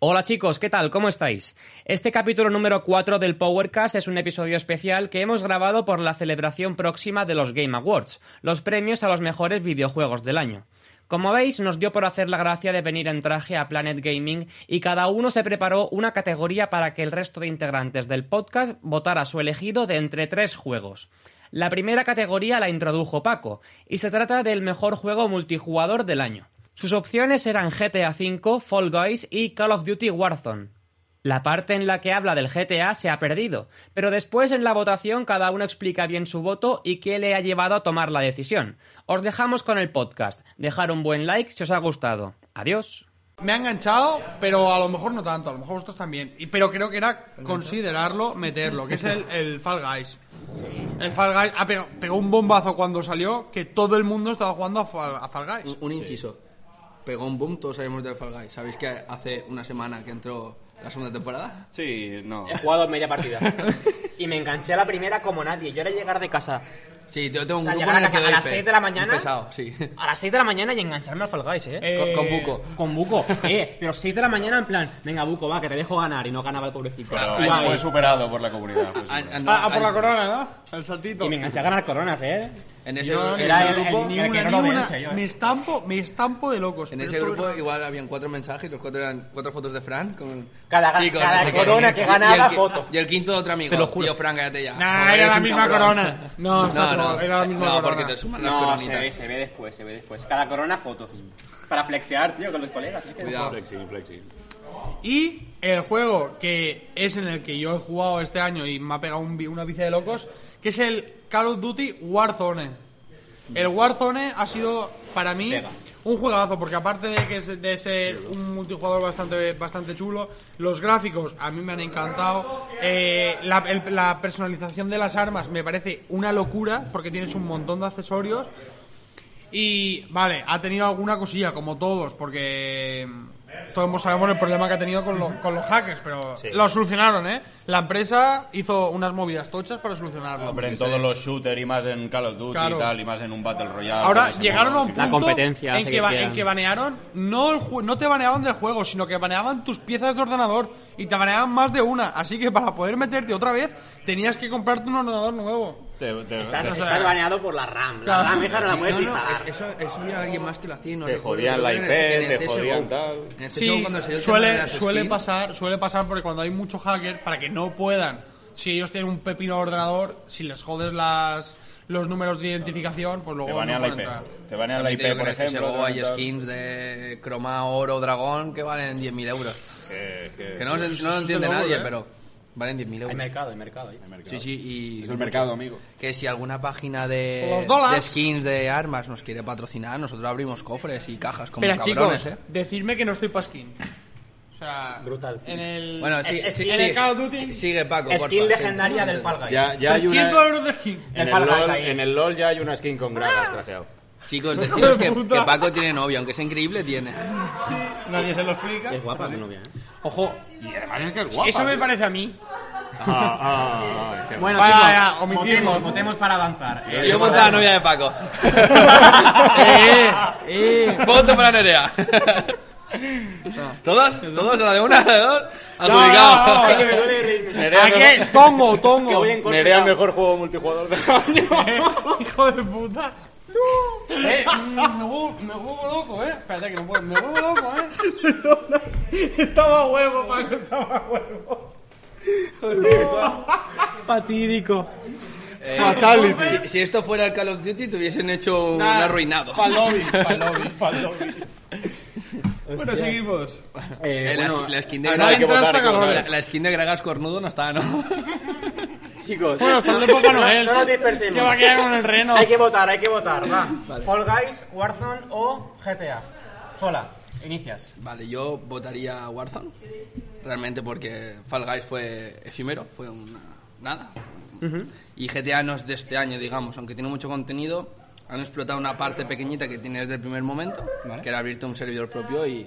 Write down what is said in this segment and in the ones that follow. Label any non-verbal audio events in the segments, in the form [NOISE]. Hola chicos, ¿qué tal? ¿Cómo estáis? Este capítulo número 4 del Powercast es un episodio especial que hemos grabado por la celebración próxima de los Game Awards, los premios a los mejores videojuegos del año. Como veis, nos dio por hacer la gracia de venir en traje a Planet Gaming y cada uno se preparó una categoría para que el resto de integrantes del podcast votara su elegido de entre tres juegos. La primera categoría la introdujo Paco, y se trata del mejor juego multijugador del año. Sus opciones eran GTA V, Fall Guys y Call of Duty Warzone. La parte en la que habla del GTA se ha perdido, pero después en la votación cada uno explica bien su voto y qué le ha llevado a tomar la decisión. Os dejamos con el podcast. Dejar un buen like si os ha gustado. Adiós. Me ha enganchado, pero a lo mejor no tanto, a lo mejor vosotros también. Y, pero creo que era considerarlo, meterlo, que es el, el Fall Guys. El Fall Guys ha pegado- pegó un bombazo cuando salió que todo el mundo estaba jugando a Fall, a Fall Guys. Un, un inciso. Pegó un boom, todos sabemos del Fall Guys. ¿Sabéis que hace una semana que entró la segunda temporada? Sí, no. He jugado media partida. Y me enganché a la primera como nadie. Yo era llegar de casa Sí, yo tengo un O sea, grupo llegar a en el que casa a doy las fe. seis de la mañana. Un pesado, sí. a las 6 de la mañana y engancharme al Fall Guys, ¿eh? Eh, Mm, Con, con Buco. Con Buco. [LAUGHS] Eh, pero 6 de la mañana en plan, venga Buco, va, que te dejo ganar. Y no ganaba el pobrecito. Pero Y va, fue eh, superado por la comunidad. pues, fue Ah, ah, superado. no, Ah, ah, por ah, la corona, ¿no? El saltito. y me enganché a ganar coronas, ¿eh? En ese, Yo en ni era ese el- el grupo, ni niño una, que no ni lo una. veía, yo, eh. Me estampo, me estampo de locos. en pero ese todo grupo el- igual habían cuatro mensajes, los cuatro eran cuatro fotos de Fran con Cada- chicos, cada qué. corona que Y- y ganaba, el qui- foto. Y el quinto de otro amigo. Te lo juro. Tío Fran, cállate ya. Nah, Joder, era la eres un misma cabrón. corona. No, está no, probado, era la misma no, corona. porque te suman las No, se ve, coronitas. se ve después, se ve después. Cada corona foto. Para flexear, tío, con los colegas. es que- Cuidado. Flexing, flexing. Y el juego que es en el que yo he jugado este año y me ha pegado un vi- una bici de locos, que es el Call of Duty Warzone. El Warzone ha sido para mí Pega. un juegazo, porque aparte de que es- de ser un multijugador bastante, bastante chulo, los gráficos a mí me han encantado, eh, la, el- la personalización de las armas me parece una locura, porque tienes un montón de accesorios, y vale, ha tenido alguna cosilla, como todos, porque mm, todos sabemos el problema que ha tenido con, lo- con los hackers, pero lo solucionaron, ¿eh? La empresa hizo unas movidas tochas para solucionarlo. Hombre, en todos los shooters y más en Call of Duty Ah, Claro. y tal, y más en un Battle Royale. Ahora que se llegaron a un mueve, punto sí. La competencia en hace que, que ba- quieran. en que banearon no el ju- no te baneaban del juego, sino que baneaban tus piezas de ordenador y te baneaban más de una, así que para poder meterte otra vez tenías que comprarte un ordenador nuevo. Te, te- Estás, te- estás baneado por la RAM. La Claro. RAM esa no la puedes No, no, instalar. es- eso, eso había alguien más que lo hacía y no Te recuerdo. jodían la En el- IP, en el te CSGO. jodían tal. En el CSGO Sí, Este cuando salió el tema de suele, las suele skins, pasar, suele pasar porque cuando hay muchos hackers, para que no puedan, si ellos tienen un pepino de ordenador, si les jodes las, los números de identificación, pues luego te no banean la pueden IP. entrar. Te banean la También te IP, digo por que en el ejemplo. CSGO tal, hay tal. skins de croma, oro, dragón que valen 10.000 euros. Que- que- Que no, se- no lo entiende loco, nadie, ¿eh? pero valen 10.000 Hay euros. mercado, hay mercado. ahí. Sí, sí, y Es son el mucho. mercado, amigo. Que si alguna página de, Los dólares. de skins de armas nos quiere patrocinar, nosotros abrimos cofres y cajas como Espera, cabrones, chicos, ¿eh? decidme que no estoy pasquín. O sea, Brutal. En el Bueno, sí, es- sí, skin sí. de Call of Duty. Sigue Paco. Skin porfa, sí. legendaria del Fall Guys. pues, Ya, ya hay 300 una. euros de skin. En de el, Fall Guys LOL, ahí. en el LOL ya hay una skin con gradas trajeado. [LAUGHS] Chicos, deciros que, puta. que Paco tiene novia, aunque sea increíble, tiene. Nadie se lo explica. Es guapa tu novia, ¿eh? Ojo, Y además es que es guapa. eso me parece a [LAUGHS] mí. Ah, ah, ah, qué Bueno, Vaya, chicos, ya, omitimos. votemos, votemos para avanzar. [LAUGHS] Eh, Yo monté la novia de Paco. [LAUGHS] Eh, eh. Voto para [LAUGHS] Nerea. ¿Todos? ¿Todos? ¿A la de una? ¿A la de dos? Adjudicado. No, no, no, no. ¿A qué? Tongo, tongo. Nerea el mejor juego multijugador del año. [LAUGHS] Hijo de puta. [LAUGHS] No. Eh, me vuelvo, me vuelvo loco, eh. Espérate que no puedo. Me vuelvo loco, eh. Estaba huevo, Paco, estaba Fatídico. [LAUGHS] Eh, Fatality. si, si esto fuera el Call of Duty, te hubiesen hecho un Nah, arruinado. Pa'l lobby, pa'l lobby, pa'l lobby. Bueno, seguimos. Eh, la, bueno, skin- la skin de Ah, Gragas- no, hay que votar, hay que la, votar. la skin de Gragas Cornudo no está, ¿no? chicos. Bueno, están de Papá Noel. No, Que no nos va a dispersemos. quedar con el reno. Hay que votar, hay que votar, va. Fall Guys, Warzone o GTA. Sola, inicias. Vale, yo votaría Warzone. Realmente porque Fall Guys fue efímero, fue una, nada. Y GTA no es de este año, digamos, aunque tiene mucho contenido. Han explotado una parte pequeñita que tiene desde el primer momento, que era abrirte un servidor propio y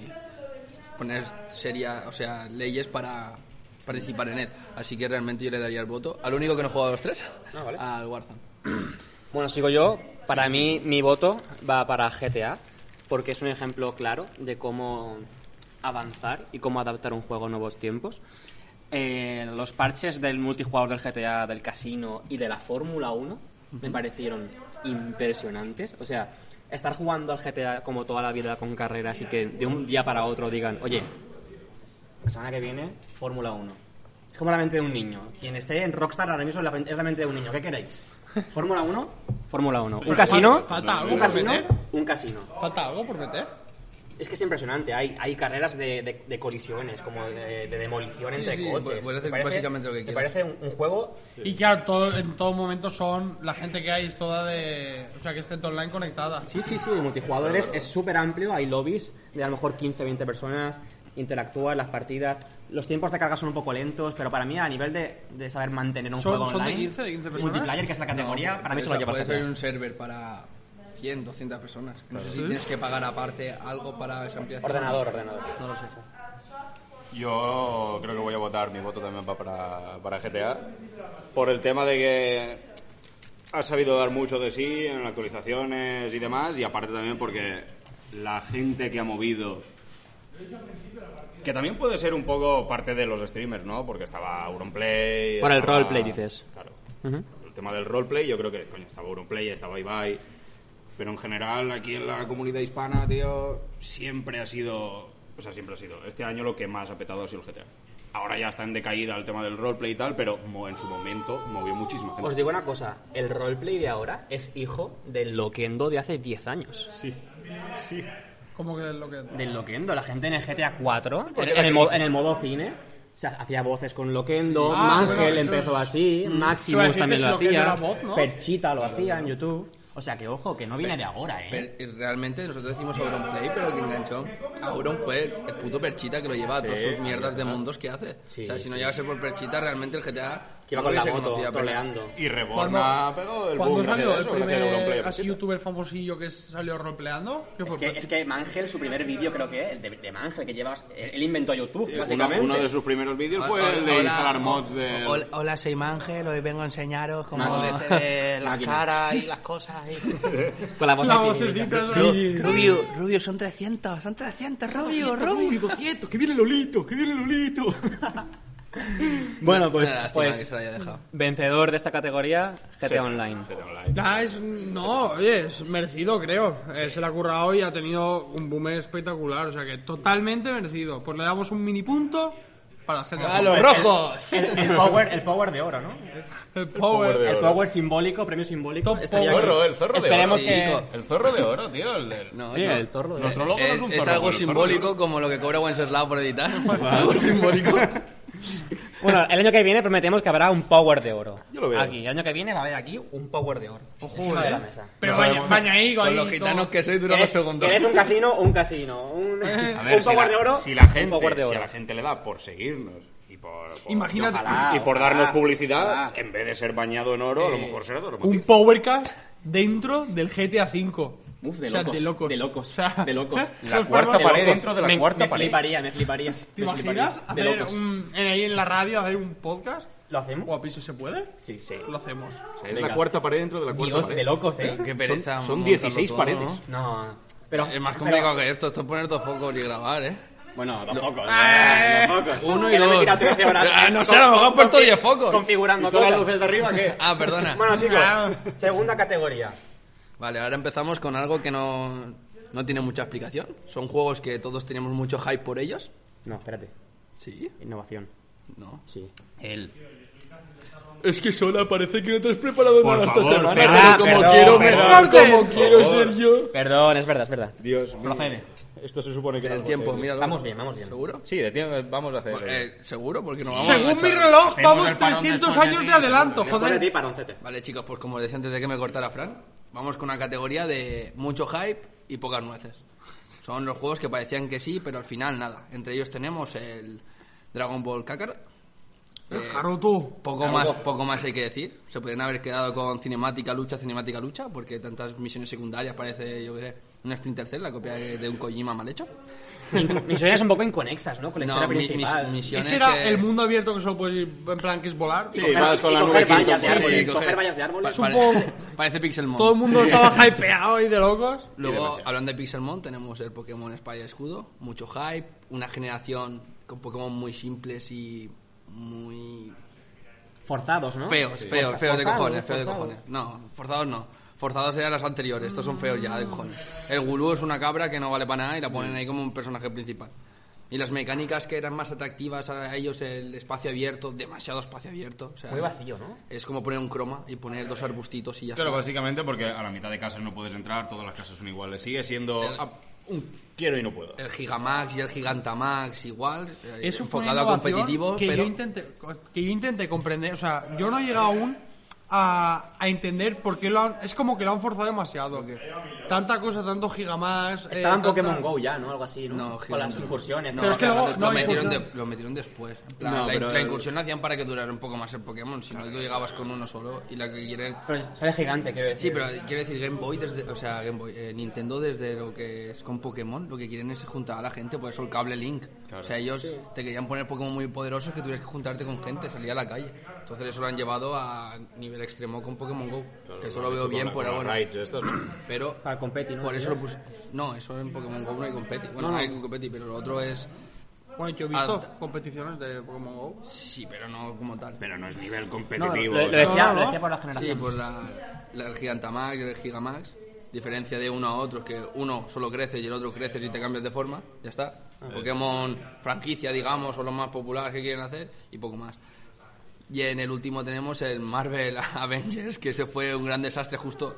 poner seria, o sea, leyes para participar en él. Así que realmente yo le daría el voto al único que no he jugado a los tres, al Warzone. Bueno, sigo yo. Para mí, mi voto va para GTA, porque es un ejemplo claro de cómo avanzar y cómo adaptar un juego a nuevos tiempos. Eh, los parches del multijugador del GTA, del casino y de la Fórmula 1 me parecieron impresionantes. O sea, estar jugando al GTA como toda la vida con carreras y que de un día para otro digan, oye, la semana que viene, Fórmula 1. Es como la mente de un niño. Quien esté en Rockstar ahora mismo es la es la mente de un niño. ¿Qué queréis? ¿Fórmula 1? Fórmula 1. ¿Un casino? falta algo ¿Un por casino? meter. Un casino. ¿Falta algo por meter? Es que es impresionante, hay, hay carreras de, de- de colisiones, como de, de demolición entre sí, coches. puedes- puedes Me hacer parece- básicamente lo que me quieras. parece un, un juego Y claro, todo, en todo momento son. La gente que hay es toda de. O sea, que esté todo online conectada. Sí, sí, sí, de multijugadores es súper amplio, hay lobbies de a lo mejor 15, 20 personas, interactúas, las partidas, los tiempos de carga son un poco lentos, pero para mí a nivel de, de saber mantener un ¿Son- juego son de online, 15, de 15 personas? multiplayer, que es la categoría, para mí se lo lleva el Puede ser GTA. un server para 100, 200 personas. No sé si tienes que pagar aparte algo para esa ampliación. Ordenador, ordenador. No lo sé. Yo creo que voy a votar, mi voto también va para, para GTA, por el tema de que ha sabido dar mucho de sí en actualizaciones y demás, y aparte también porque la gente que ha movido, que también puede ser un poco parte de los streamers, ¿no? Porque estaba Auronplay... Por el estaba- roleplay, dices. Claro. El tema del roleplay, yo creo que, coño, estaba Auronplay, estaba Ibai, pero en general aquí en la comunidad hispana, tío, siempre ha sido, o sea, siempre ha sido. Este año lo que más ha petado ha sido el GTA. Ahora ya está en decaída el tema del roleplay y tal, pero mo- en su momento movió muchísima gente. Pues Os digo una cosa, el roleplay de ahora es hijo del loquendo de hace 10 años. Como que es lo que. Del loquendo, la gente en el GTA 4, en, Porque en el, la mo- que- en el modo cine, o sea, hacía voces con loquendo, Ah, Mangel bueno, eso empezó es- así, iba a Maximus decir también que lo si Loquendo hacía, era voz, ¿no? Perchita lo hacía en YouTube. O sea, que ojo, que no viene de ahora, ¿eh? Per- y realmente nosotros decimos Auron Play, pero el que enganchó a Auron fue el puto Perchita que lo lleva a todas sus mierdas de mundos que hace. o sea, si no llegase por Perchita, realmente el GTA que iba no con la hubiese moto conocido apenas. troleando. Y Reborna Cuando- pegó el ¿Cuándo boom gracias salió a el eso, gracias al roleplay. primer así Perchita. youtuber famosillo que salió rolepeando? ¿Qué Es fue? pues, que, es que Mangel, su primer vídeo creo que, el de, de Mangel, que llevas, él él inventó YouTube, Uno- básicamente. Uno, de sus primeros vídeos fue Hola, el de hola, instalar o- mods de... Hola, hola, soy Mangel, hoy vengo a enseñaros cómo [LAUGHS] Mangel. hacer las Máquina. caras y las cosas. Con la voz La así. vocecita Y... así. Rubio, Rubio, son 300, son 300, Rubio, Rubio. quieto, que viene Lolito, que viene Lolito. Bueno, pues, Una lástima que pues se lo haya dejado. vencedor de esta categoría, GTA Online. de online. Ya es. No, oye, es merecido, creo. Eh, se le ha currado y ha tenido un boom espectacular. O sea que totalmente merecido. Pues le damos un mini punto para la gente. ¡A [LAUGHS] los rojos! El, el power, el power de oro, ¿no? El Power. de El oro. power simbólico, premio simbólico. Top estaría power. aquí. Zorro, el zorro de Esperemos oro, que... chico. El zorro de oro, tío. El del- No, Oye, no. el zorro de- Nuestro logo no Es, es un es zorro, algo el zorro de simbólico oro. como lo que cobra Wenceslao por editar. Es [LAUGHS] algo simbólico. Bueno, el año que viene prometemos que habrá un power de oro. Yo lo veo. Aquí, el año que viene va a haber aquí un power de oro. Ojo, de la mesa. Pero baña, baña ahí, Con ahí, los todo. gitanos que soy dura dos segundos. ¿Quieres un casino? Un casino. Un, A ver, un si power la, de oro. si la gente, un power de si a oro. la gente le da por seguirnos y por, por- Imagínate. Ojalá, y por ojalá, darnos publicidad, ojalá. en vez de ser bañado en oro, a lo mejor será de oro. un Powercast dentro del GTA V. Uf, de O sea, locos, de locos. de locos, O sea, de [LAUGHS] locos. son La cuarta formas- pared dentro de la me, cuarta me pared. fliparía, me fliparía. ¿Te me imaginas fliparía. De hacer locos. un, en, ahí en la radio hacer un podcast? ¿Lo hacemos? Guapísimo, ¿se puede? Sí, sí. Lo hacemos. O sea, es Venga. la cuarta pared dentro de la cuarta Dios, pared. de locos, eh. Qué pereza. son montarlo 16 ¿no? paredes. No, pero... Es más pero- complicado que esto, esto es poner dos focos y grabar, ¿eh? Bueno, dos focos. Ah, [LAUGHS] Uno y Que le he dos. tirado 13 horas. [LAUGHS] Ah, no sé, a lo mejor he puesto Confi- 10 focos. Configurando cosas. de arriba qué? Ah, perdona. Bueno, Ah. chicos, segunda categoría. Vale, ahora empezamos con algo que no, no tiene mucha explicación. Son juegos que todos teníamos mucho hype por ellos. No, espérate. Sí, Innovación. no. Sí. Él. Es que sola parece que no te has preparado Por nada esta favor, semana, pero Ah, como perdón, quiero me perdón. dan, como Por quiero favor. ser yo. Perdón, es verdad, es verdad. Dios mío. Procede. Esto se supone que no El es tiempo, posible. mira. Vamos bien, vamos bien. ¿Seguro? Sí, de tiempo vamos a hacer. eh, Eh, ¿Seguro? Porque nos vamos eh, a Según mi enganchar. reloj, vamos el parón 300 después de años ti, de adelanto, Después de joder. ti, paroncete. Vale, chicos, pues como decía antes de que me cortara Fran, vamos con una categoría de mucho hype y pocas nueces. Son los juegos que parecían que sí, pero al final nada. Entre ellos tenemos el Dragon Ball Kakarot. Eh, Caroto. poco más, poco más hay que decir. Se podrían haber quedado con cinemática lucha, cinemática lucha, porque tantas misiones secundarias parece, yo qué sé, un Splinter Cell, la copia de, de un Kojima mal hecho. Misiones un poco inconexas, ¿no? Con la No, historia mi- mis- principal. misiones Ese era que- el mundo abierto que solo puedes ir, en plan, que es volar. Sí, Y coger- vas con la y nube coger vallas de sin árboles, coger- coger vallas de árboles. Pa- un parece, [LAUGHS] parece Pixel Mon. Todo el mundo estaba hypeado y de locos. Luego, hablando de Pixelmon, tenemos el Pokémon Espada y Escudo, mucho hype, una generación con Pokémon muy simples y muy Forzados, ¿no? feos, feos, Forza- feos de forzados, cojones, feos de forzados. cojones. No, forzados no. Forzados eran los anteriores, estos son feos ya de cojones. El Gulú es una cabra que no vale para nada y la ponen ahí como un personaje principal. Y las mecánicas que eran más atractivas a ellos, el espacio abierto, demasiado espacio abierto. o sea, Muy vacío, ¿no? Es como poner un croma y poner dos arbustitos y ya Claro, está. básicamente porque a la mitad de casas no puedes entrar, todas las casas son iguales. Sigue siendo El- ah, un quiero y no puedo. El Gigamax y el Gigantamax igual, eh, Eso fue una enfocado a innovación competitivo, que pero yo intenté que yo intenté comprender, o sea, yo no he llegado aún a, a entender por qué lo han, es como que lo han forzado demasiado, que tanta cosa, tanto gigamás, eh, Estaba en tanta- Pokémon GO ya, ¿no? Algo así, ¿no? no, Con las Gigantamax. incursiones. con No, Pero es que las- luego- lo, no, metieron incursión- de- lo metieron después. En plan, No, la, pero la el- incursión la hacían para que durara un poco más el Pokémon, si no tú llegabas con uno solo y la que quieren... Pero sale gigante, quiero Sí, decir. pero quiero decir, Game Boy, desde, o sea, Game Boy, eh, Nintendo desde lo que es con Pokémon, lo que quieren es juntar a la gente, por eso el cable Link. O sea, ellos te querían poner Pokémon muy poderosos que tuvieras que juntarte con gente, salir a la calle. Entonces eso lo han llevado a nivel extremo con Pokémon GO, que eso lo veo bien por algo. Pero Para competir, ¿no? Por eso lo puse. No, eso en Pokémon GO no hay competi. Bueno, hay competi, pero lo otro es. Bueno, yo he visto Ah, competiciones de Pokémon Go. Sí, pero no como tal. Pero no es nivel No, competitivo. lo, o lo sea, decía, No, no, lo no. decía por la Sí, generación. pues la, la- el Gigantamax y el Gigamax. Diferencia de uno a otro, que uno solo crece y el otro crece y te cambias de forma. Ya está. Ah, Pokémon franquicia, digamos, son los más populares que quieren hacer y poco más. Y en el último tenemos el Marvel [LAUGHS] Avengers, que ese fue un gran desastre justo.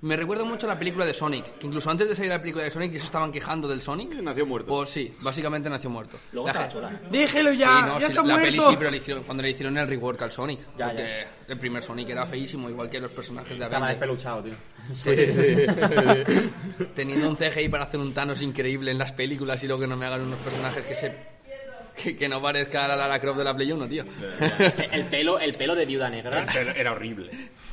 Me recuerda mucho a la película de Sonic, que incluso antes de salir la película de Sonic ya se estaban quejando del Sonic. Nació muerto. Pues sí, básicamente nació muerto. Luego La está ge- chula. Déjelo Sí, ya, no, ya sí, está la muerto. peli sí, pero le hicieron, cuando le hicieron el rework al Sonic. Ya, porque el primer Sonic era feísimo, igual que los personajes de Está mal Avengers. espeluchado, tío. [LAUGHS] Teniendo un CGI para hacer un Thanos increíble en las películas y luego que no me hagan unos personajes que se... Que, que no parezca la Lara Croft de la Play 1, tío. [LAUGHS] [LAUGHS] El pelo, el pelo de viuda negra. Pero era horrible.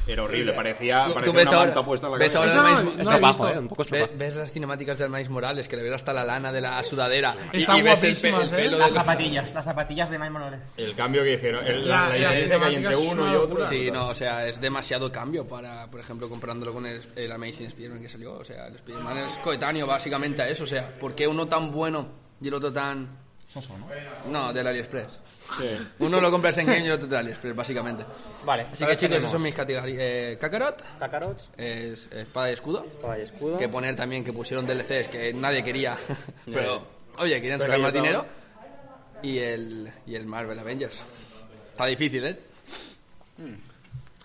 Era horrible, parecía, Tú- tú parecía ves ahora- Ah, una manta puesta en la ves cabeza. ahora Eso el no- Miles- no lo he estropajo, visto. ¿eh? Un poco estropajo. Ve- ves las cinemáticas del Miles Morales, que le ves hasta la lana de la sudadera. Y- Están y ves el pe- guapísimas, el ¿eh? pelo Las [LAUGHS] del- zapatillas, las zapatillas de Mike Morales. El cambio que hicieron, el- La- la, la las diferencia que hay cinemáticas entre son uno y una otro. locura. Sí, no, o sea, es demasiado cambio para, por ejemplo, comparándolo con el, el Amazing Spider-Man que salió. O sea, el Spider-Man es coetáneo básicamente a eso. O sea, ¿por qué uno tan bueno y el otro tan. Soso, ¿no? No, del AliExpress. [LAUGHS] Uno lo compras en Game y el otro del AliExpress, básicamente. Vale, Así que chicos, esos son mis categorías. Eh, Kakarot, Cacarots, es espada y escudo. espada y escudo. Que poner también que pusieron DLCs que nadie quería. [LAUGHS] Pero, oye, querían Pero sacar más yo no. dinero. Y el, y el Marvel Avengers. Está difícil, ¿eh?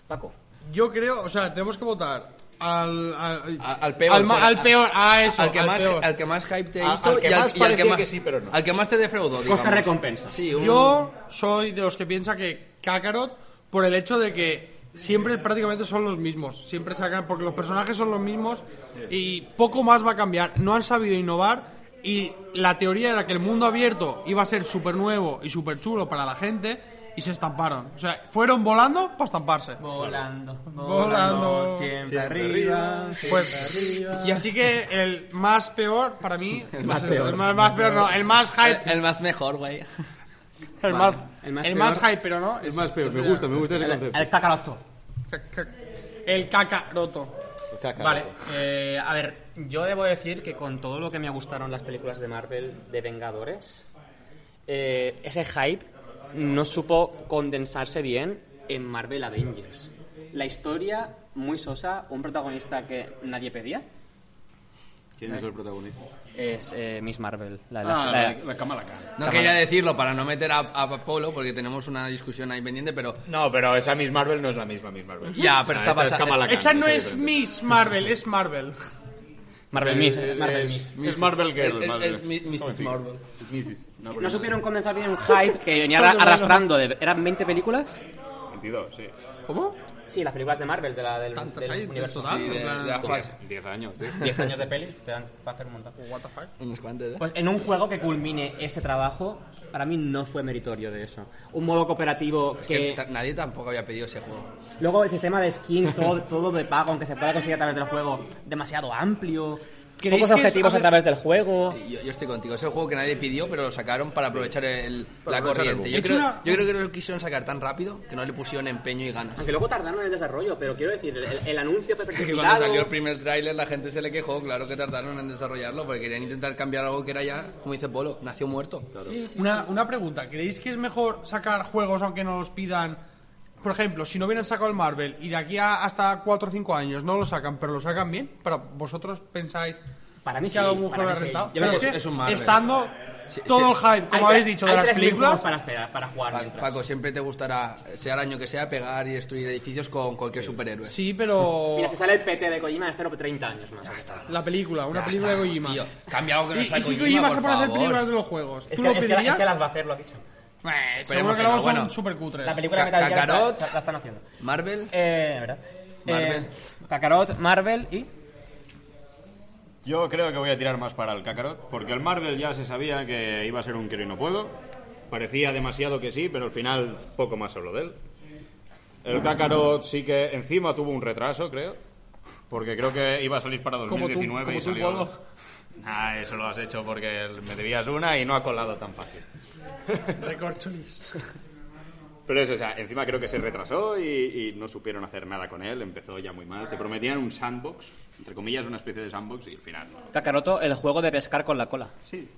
Paco. Yo creo, o sea, tenemos que votar al al, A- al peor. al, ma- por- al peor, a eso, Al que, al más, peor. al que más hype te Al- hizo al que y, al, más y al que parecía más, que sí, pero no. al que más te defraudó, digamos. recompensa. Sí, un- Yo soy de los que piensa que Kakarot, por el hecho de que siempre prácticamente son los mismos, siempre sacan, porque los personajes son los mismos y poco más va a cambiar. No han sabido innovar y la teoría era que el mundo abierto iba a ser súper nuevo y súper chulo para la gente y se estamparon. O sea, fueron volando para estamparse. Volando, Volando. siempre, arriba. Pues, y así que el más peor para mí, el más peor. el más, más peor no, el más hype, el, el más mejor, güey. el más, El más el más peor. hype, pero no, Es más peor, me gusta, me gusta ese concepto. El cacaroto. Ca- ca- El cacaroto. Vale, eh, a ver, yo debo decir que con todo lo que me gustaron las películas de Marvel de Vengadores, eh, ese hype no supo condensarse bien en Marvel Avengers. La historia muy sosa, un protagonista que nadie pedía, ¿Quién es el protagonista? es eh, Miss Marvel. La, de las- la- Ah, la, la cámara cara. No quería decirlo para no meter a, a Polo porque tenemos una discusión ahí pendiente, pero No, pero esa Miss Marvel no es la misma Miss Marvel. Ya, pero está esta es basa- Kamala Khan, Esa no es diferente. Miss Marvel, es Marvel. Marvel Miss. Marvel Miss. Es Marvel Girl. es- Marvel. es mi- Mrs. Marvel. Mrs. No, No pero- supieron condensar bien un hype que venía arrastrando. de- ¿Eran 20 películas? 22, sí. ¿Cómo? Sí, las películas de Marvel, de la, del, ¿Tantas del hay en universo. total? Sí, En de- plan, de la fase. 10 años, tío. 10 años de peli te dan para hacer un montón. Pues, What the fuck? Unos cuantos, ¿eh? Pues en un juego que culmine ese trabajo, para mí no fue meritorio de eso. Un modo cooperativo Es que que... ta- nadie tampoco había pedido ese juego. Luego el sistema de skins, todo, todo de pago, aunque se pueda conseguir a través del juego, demasiado amplio. Pocos que es- objetivos a a, ver, través del juego. Sí, Yo, yo estoy contigo. Es el juego que nadie pidió, pero lo sacaron para aprovechar el- la aprovechar corriente. el boom. Yo He creo, hecho una- yo creo que lo quisieron sacar tan rápido que no le pusieron empeño y ganas. Aunque luego tardaron en el desarrollo, pero quiero decir, el, el anuncio [LAUGHS] fue Que precipitado. cuando salió el primer tráiler la gente se le quejó, claro que tardaron en desarrollarlo, porque querían intentar cambiar algo que era ya, como dice Polo, nació muerto. Una, una pregunta, ¿creéis que es mejor sacar juegos aunque nos pidan? Por ejemplo, si no hubieran sacado el Marvel y de aquí a hasta 4 o 5 años no lo sacan, pero lo sacan bien, ¿para vosotros pensáis Para mí que sí, algún para juego mí ha sí. rentado? Yo creo ¿Sabes que qué? es un Marvel. Estando Sí, todo sí. el hype, como Hay habéis tres- dicho, de hay las tres mil películas, juegos para esperar, para jugar Pa- mientras. Paco, siempre te gustará, sea el año que sea, pegar y destruir edificios con cualquier superhéroe. sí, pero Mira, si sale el PT de Kojima, espero 30 años más. la película, una Ya película está, de Kojima. tío. Cambia algo que no Y, sea y si Kojima, Kojima por se pone a hacer favor. películas de los juegos, ¿tú Es que, lo es que la- pedirías? es que las va a hacer, lo ha dicho. Eh, Esperemos seguro que que luego no, son bueno. súper cutres. La película de Ca- Metal Gear está- Kakarot. está- la están haciendo. Marvel, Eh, ¿verdad? Marvel. Eh, Kakarot, Marvel y... Yo creo que voy a tirar más para el Kakarot, porque el Marvel ya se sabía que iba a ser un quiero y no puedo. Parecía demasiado que sí, pero al final poco más habló de él. El Kakarot sí que encima tuvo un retraso, creo, porque creo que iba a salir para tú, 2019 como y tú, salió... Pablo. Nah, eso lo has hecho porque me debías una y no ha colado tan fácil. [LAUGHS] Recorcholis. Pero eso, o sea, encima creo que se retrasó y, y no supieron hacer nada con él, empezó ya muy mal. Te prometían un sandbox, entre comillas, una especie de sandbox y al final... Kakaroto, el juego de pescar con la cola. Sí.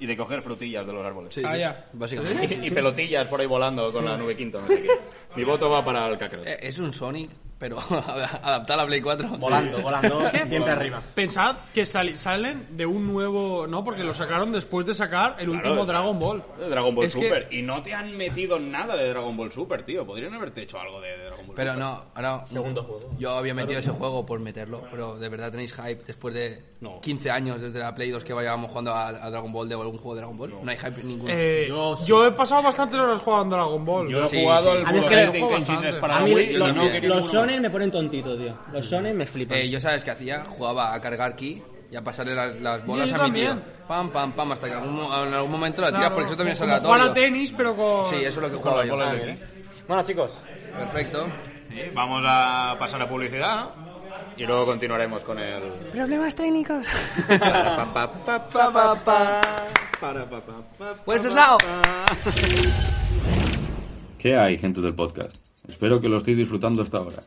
Y de coger frutillas de los árboles. Sí, Ah, ¿Eh? sí, ya. [LAUGHS] ¿Eh? básicamente. y, y pelotillas por ahí volando con la nube quinto, no sé qué. Mi voto va para el Kakarot. Eh, Es un Sonic, pero [LAUGHS] adaptado a Play 4. Volando, volando, siempre arriba. Pensad que sali- salen de un nuevo. No, porque lo sacaron después de sacar el Claro, último Dragon Ball. de Dragon Ball Es que- Super. Y no te han metido nada de Dragon Ball Super, tío. Podrían haberte hecho algo de, de Dragon Ball Pero Super. no, ahora. Segundo juego. Yo había metido ese juego por meterlo, pero de verdad tenéis hype después de No. 15 años desde la Play 2 que vayábamos jugando a, a Dragon Ball de o algún juego de Dragon Ball. No, hay hype ninguno. Eh, yo, Yo sí. he pasado bastantes horas jugando a Dragon Ball. Yo he Sí, jugado sí. al A mí es que Blu-ray le de juego Intentions bastante. para A mí Wii y yo los, no también. quería los ninguno más. shonen me ponen tontito, tío. Los shonen me flipan. Eh, yo sabes qué hacía, jugaba a cargar ki y a pasarle las, las bolas Yo a mi tío. también. Pam, pam, pam, hasta que algún mo- en algún momento la tiras Claro, porque eso también es como Jugar a aleatorio. tenis, pero con. Sí, eso es lo que Con jugaba las yo. bolas de Bueno, chicos, Perfecto. Sí, Vamos a pasar a publicidad, ¿no? Y luego continuaremos con el... Problemas técnicos. Ah. Pa, pa, pa, pa, pa, pa, para, pa, pa, pa, pa. Pues Slao. ¿Qué hay, gente del podcast? Espero que lo estéis disfrutando hasta ahora.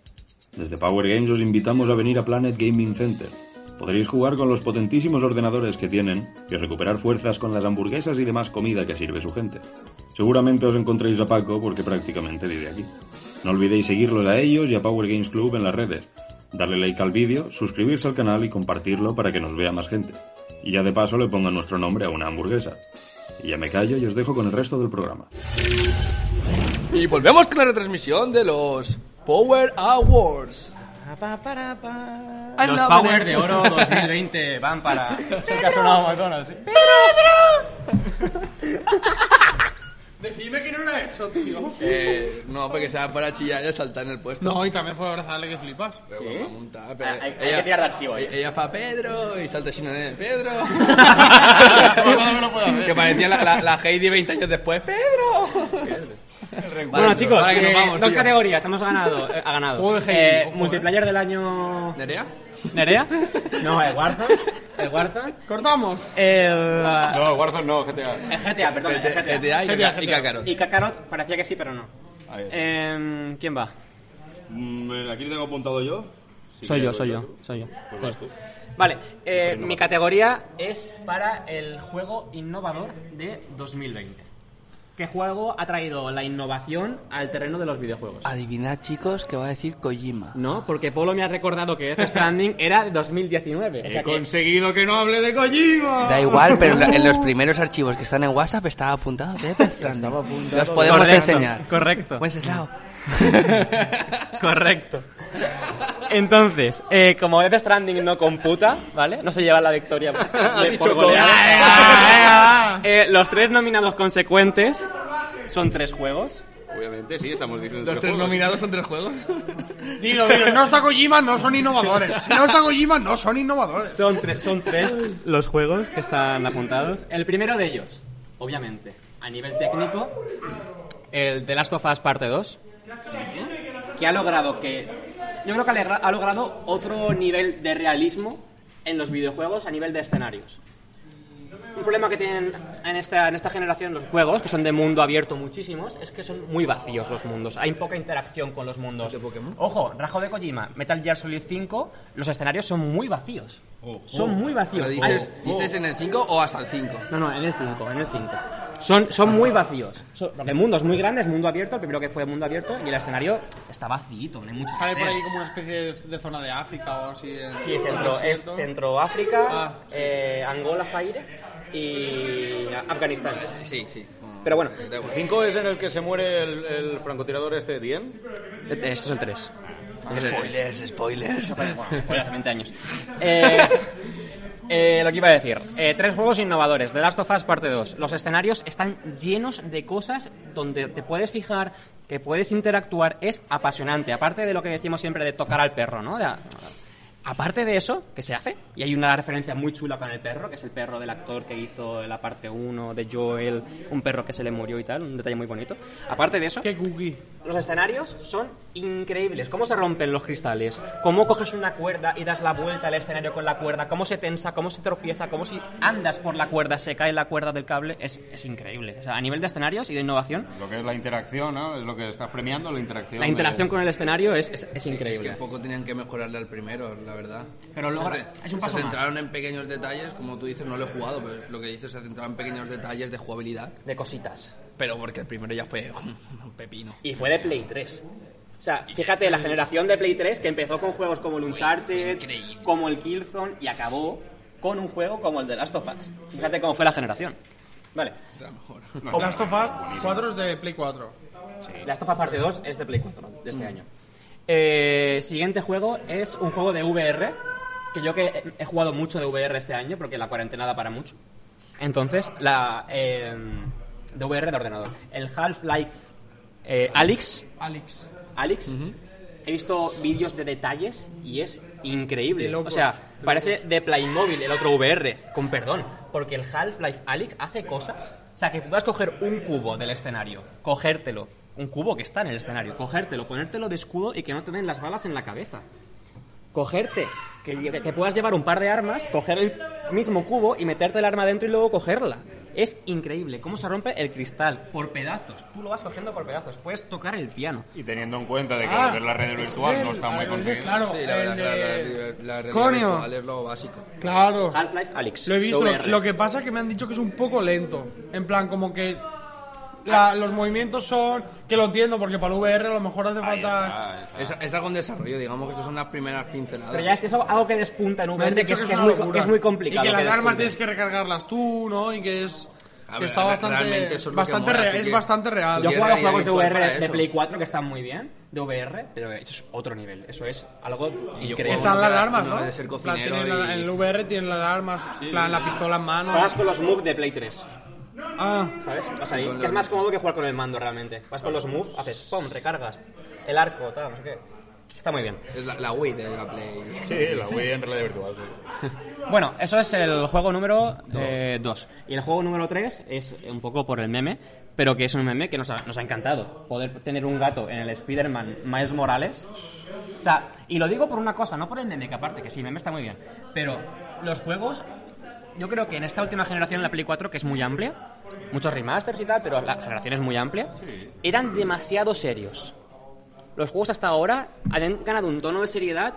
Desde Power Games os invitamos a venir a Planet Gaming Center. Podréis jugar con los potentísimos ordenadores que tienen y recuperar fuerzas con las hamburguesas y demás comida que sirve su gente. Seguramente os encontréis a Paco porque prácticamente vive aquí. No olvidéis seguirlos a ellos y a Power Games Club en las redes, darle like al vídeo, suscribirse al canal y compartirlo para que nos vea más gente. Y ya de paso le pongan nuestro nombre a una hamburguesa. Y ya me callo y os dejo con el resto del programa. Y volvemos con la retransmisión de los Power Awards. Ah, I Los love Power it. de Oro 2020 van para... Sí que ha sonado McDonald's, ¿eh? [LAUGHS] Decime que no era eso, tío. Eh, no, porque se va para chillar y a saltar en el puesto. No, y también fue abrazarle que flipas. Pero bueno, monta, pero Ah, hay- hay que tirar de archivo, ¿eh? Ella, ella pa' Pedro y salta sin el [LAUGHS] Pedro. Ojalá me lo pueda ver. que parecía la, la, la Heidi 20 años después. ¡Pedro! Bueno, Vale, chicos, vale, que nos eh, vamos, dos tío. categorías hemos ganado. eh, ha ganado. Juego de Heidi, Eh, ojo, eh. multiplayer del año. ¿Nerea? ¿Nerea? No, el Warzone. El Warzone. Cortamos. El. eh, No, Warzone no, GTA. el GTA, perdón, el GTA, GTA. y, Caca- y Kakarot. Y Kakarot parecía que sí, pero no. Ahí está. Eh, ¿Quién va? Mm, aquí lo tengo apuntado yo. Si Soy yo, quieres, soy voy yo, soy yo. Pues vas tú. Vale, Pues eh, mi categoría es para el juego innovador de 2020. ¿Qué juego ha traído la innovación al terreno de los videojuegos? Adivinad, chicos, que va a decir Kojima. No, porque Polo me ha recordado que [LAUGHS] Death Stranding era de 2019. O sea que- He conseguido que no hable de Kojima. Da igual, [LAUGHS] pero la- en los primeros archivos que están en WhatsApp estaba apuntado Death Stranding. Los podemos enseñar. Correcto. [LAUGHS] Pues Slao. Correcto. Entonces, eh, como Death Stranding no computa, ¿vale? No se lleva la victoria por- de- por goleada. [LAUGHS] Eh, los tres nominados consecuentes son tres juegos. Obviamente, sí, estamos diciendo. este Los tres nominados son tres juegos. [LAUGHS] Dilo, dilo. Si no está Kojima, no son innovadores. Si no está Kojima, no son innovadores. Son, tre- son tres los juegos que están apuntados. El primero de ellos, obviamente, a nivel técnico, el The Last of Us Parte 2, que ha logrado que... Yo creo que ha legra- ha logrado otro nivel de realismo en los videojuegos a nivel de escenarios. Un problema que tienen en esta, en esta generación los juegos, que son de mundo abierto muchísimos, es que son muy vacíos los mundos. Hay poca interacción con los mundos. Ojo, Rajo de Kojima, Metal Gear Solid 5, los escenarios son muy vacíos. Son muy vacíos. ¿Lo dices, Hay- dices en el 5 o hasta el 5? no, no, en el 5, en el 5. Son, son muy vacíos. Son, porque el mundo es muy grande, es mundo abierto, el primero que fue mundo abierto, y el escenario está vacío, no hay mucho que Sale por hacer. ahí como una especie de, de zona de África o así. en- Sí, centro, en el es desierto. Centro África, Ah, eh, Angola, Zaire y Afganistán. Sí, sí. Pero bueno, Da igual. 5 es en el que se muere el, el francotirador este, Dien. ese Este es el 3. Spoilers, spoilers. hace 20 años. Eh, eh, lo que iba a decir. Eh, tres juegos innovadores. The Last of Us parte 2. Los escenarios están llenos de cosas donde te puedes fijar, que puedes interactuar. Es apasionante. Aparte de lo que decimos siempre de tocar al perro, ¿no? De a- aparte de eso, que se hace, y hay una referencia muy chula con el perro, que es el perro del actor que hizo la parte 1 de Joel, un perro que se le murió y tal, un detalle muy bonito. Aparte de eso... Qué cookie. Los escenarios son increíbles. Cómo se rompen los cristales, cómo coges una cuerda y das la vuelta al escenario con la cuerda, cómo se tensa, cómo se tropieza, cómo si andas por la cuerda se cae la cuerda del cable. Es, es increíble. O sea, a nivel de escenarios y de innovación, Lo que es la interacción, ¿no? Es lo que estás premiando, la interacción. la interacción de- con el escenario es, es- es Es que increíble. un poco tenían que mejorarle al primero, la verdad. Pero Se logra- ce- es un paso Se más. centraron en pequeños detalles, como tú dices, no lo he jugado, pero lo que dices se centraron en pequeños detalles de jugabilidad. De cositas. Pero porque el primero ya fue [LAUGHS] un pepino. Y fue de Play 3. O sea, fíjate, la generación de Play 3 que empezó con juegos como el Uncharted, increíble. como el Killzone y acabó con un juego como el de Last of Us. Fíjate cómo fue la generación. Vale. Era mejor. Last of Us 4 es de Play 4. La Us Parte 2 es de Play 4 de este año. Eh, siguiente juego es un juego de VR, que yo que he- he jugado mucho de VR este año, porque la cuarentena da para mucho. Entonces, la eh, de VR de ordenador. El Half-Life eh, Alyx, Alex. Alex, he visto vídeos de detalles y es increíble. De locos, o sea, de locos. parece de Playmobil el otro VR, con perdón, porque el Half-Life Alex hace cosas. O sea, que puedas coger un cubo del escenario, cogértelo, un cubo que está en el escenario, cogértelo, ponértelo de escudo y que no te den las balas en la cabeza. Cogerte, que, lle- que puedas llevar un par de armas, coger el mismo cubo y meterte el arma dentro y luego cogerla. Es increíble cómo se rompe el cristal por pedazos. Tú lo vas cogiendo por pedazos. Puedes tocar el piano. Y teniendo en cuenta de que Ah, lo que es la red es virtual no él, está a muy ver, conseguida. Claro, Sí, la verdad, el la- de- la, la, la Coño. realidad virtual es lo básico. Claro. Half-Life Alyx. Lo he visto. VR. Lo que pasa es que me han dicho que es un poco lento. En plan, como que Ah. la- los movimientos son. Que lo entiendo, porque para el VR a lo mejor hace falta. Es, es algo en desarrollo, digamos que estas son las primeras pinceladas. Pero ya es que es algo que despunta en Me han VR, dicho que es, que es una muy, locura. que es muy complicado. Y que las que despunte. armas tienes que recargarlas tú, ¿no? Y que es. A que ver, está re- bastante. realmente eso es lo que bastante mola, rea- así es que- bastante real. Yo he Tiene jugado realidad juegos de virtual para VR de eso. Play 4 que están muy bien, de VR, pero eso es otro nivel. Eso es algo Y yo increíble. juego- Están las uno de- armas, uno ¿no? de ser En plan, cocinero tienen la- y- En el VR tienen las armas, plan, la pistola en Ah. mano. Juegas con los moves de Play 3, Ah, ¿sabes? Vas ahí, Con que es los- más cómodo que jugar con el mando realmente. Vas con los moves, haces pum, recargas, el arco, tal, no sé qué. Está muy bien. Es la, la Wii de la Play. Sí, la Wii en realidad virtual. sí. Bueno, eso es el juego número 2. y el juego número 3 es eh, un poco por el meme, pero que es un meme que nos ha, nos ha encantado. Poder tener un gato en el Spider-Man Miles Morales. O sea, y lo digo por una cosa, no por el meme, que aparte, que sí, meme está muy bien. Pero los juegos, yo creo que en esta última generación, la Play 4, que es muy amplia, muchos remasters y tal, pero la generación es muy amplia, eran demasiado serios. Los juegos hasta ahora han ganado un tono de seriedad,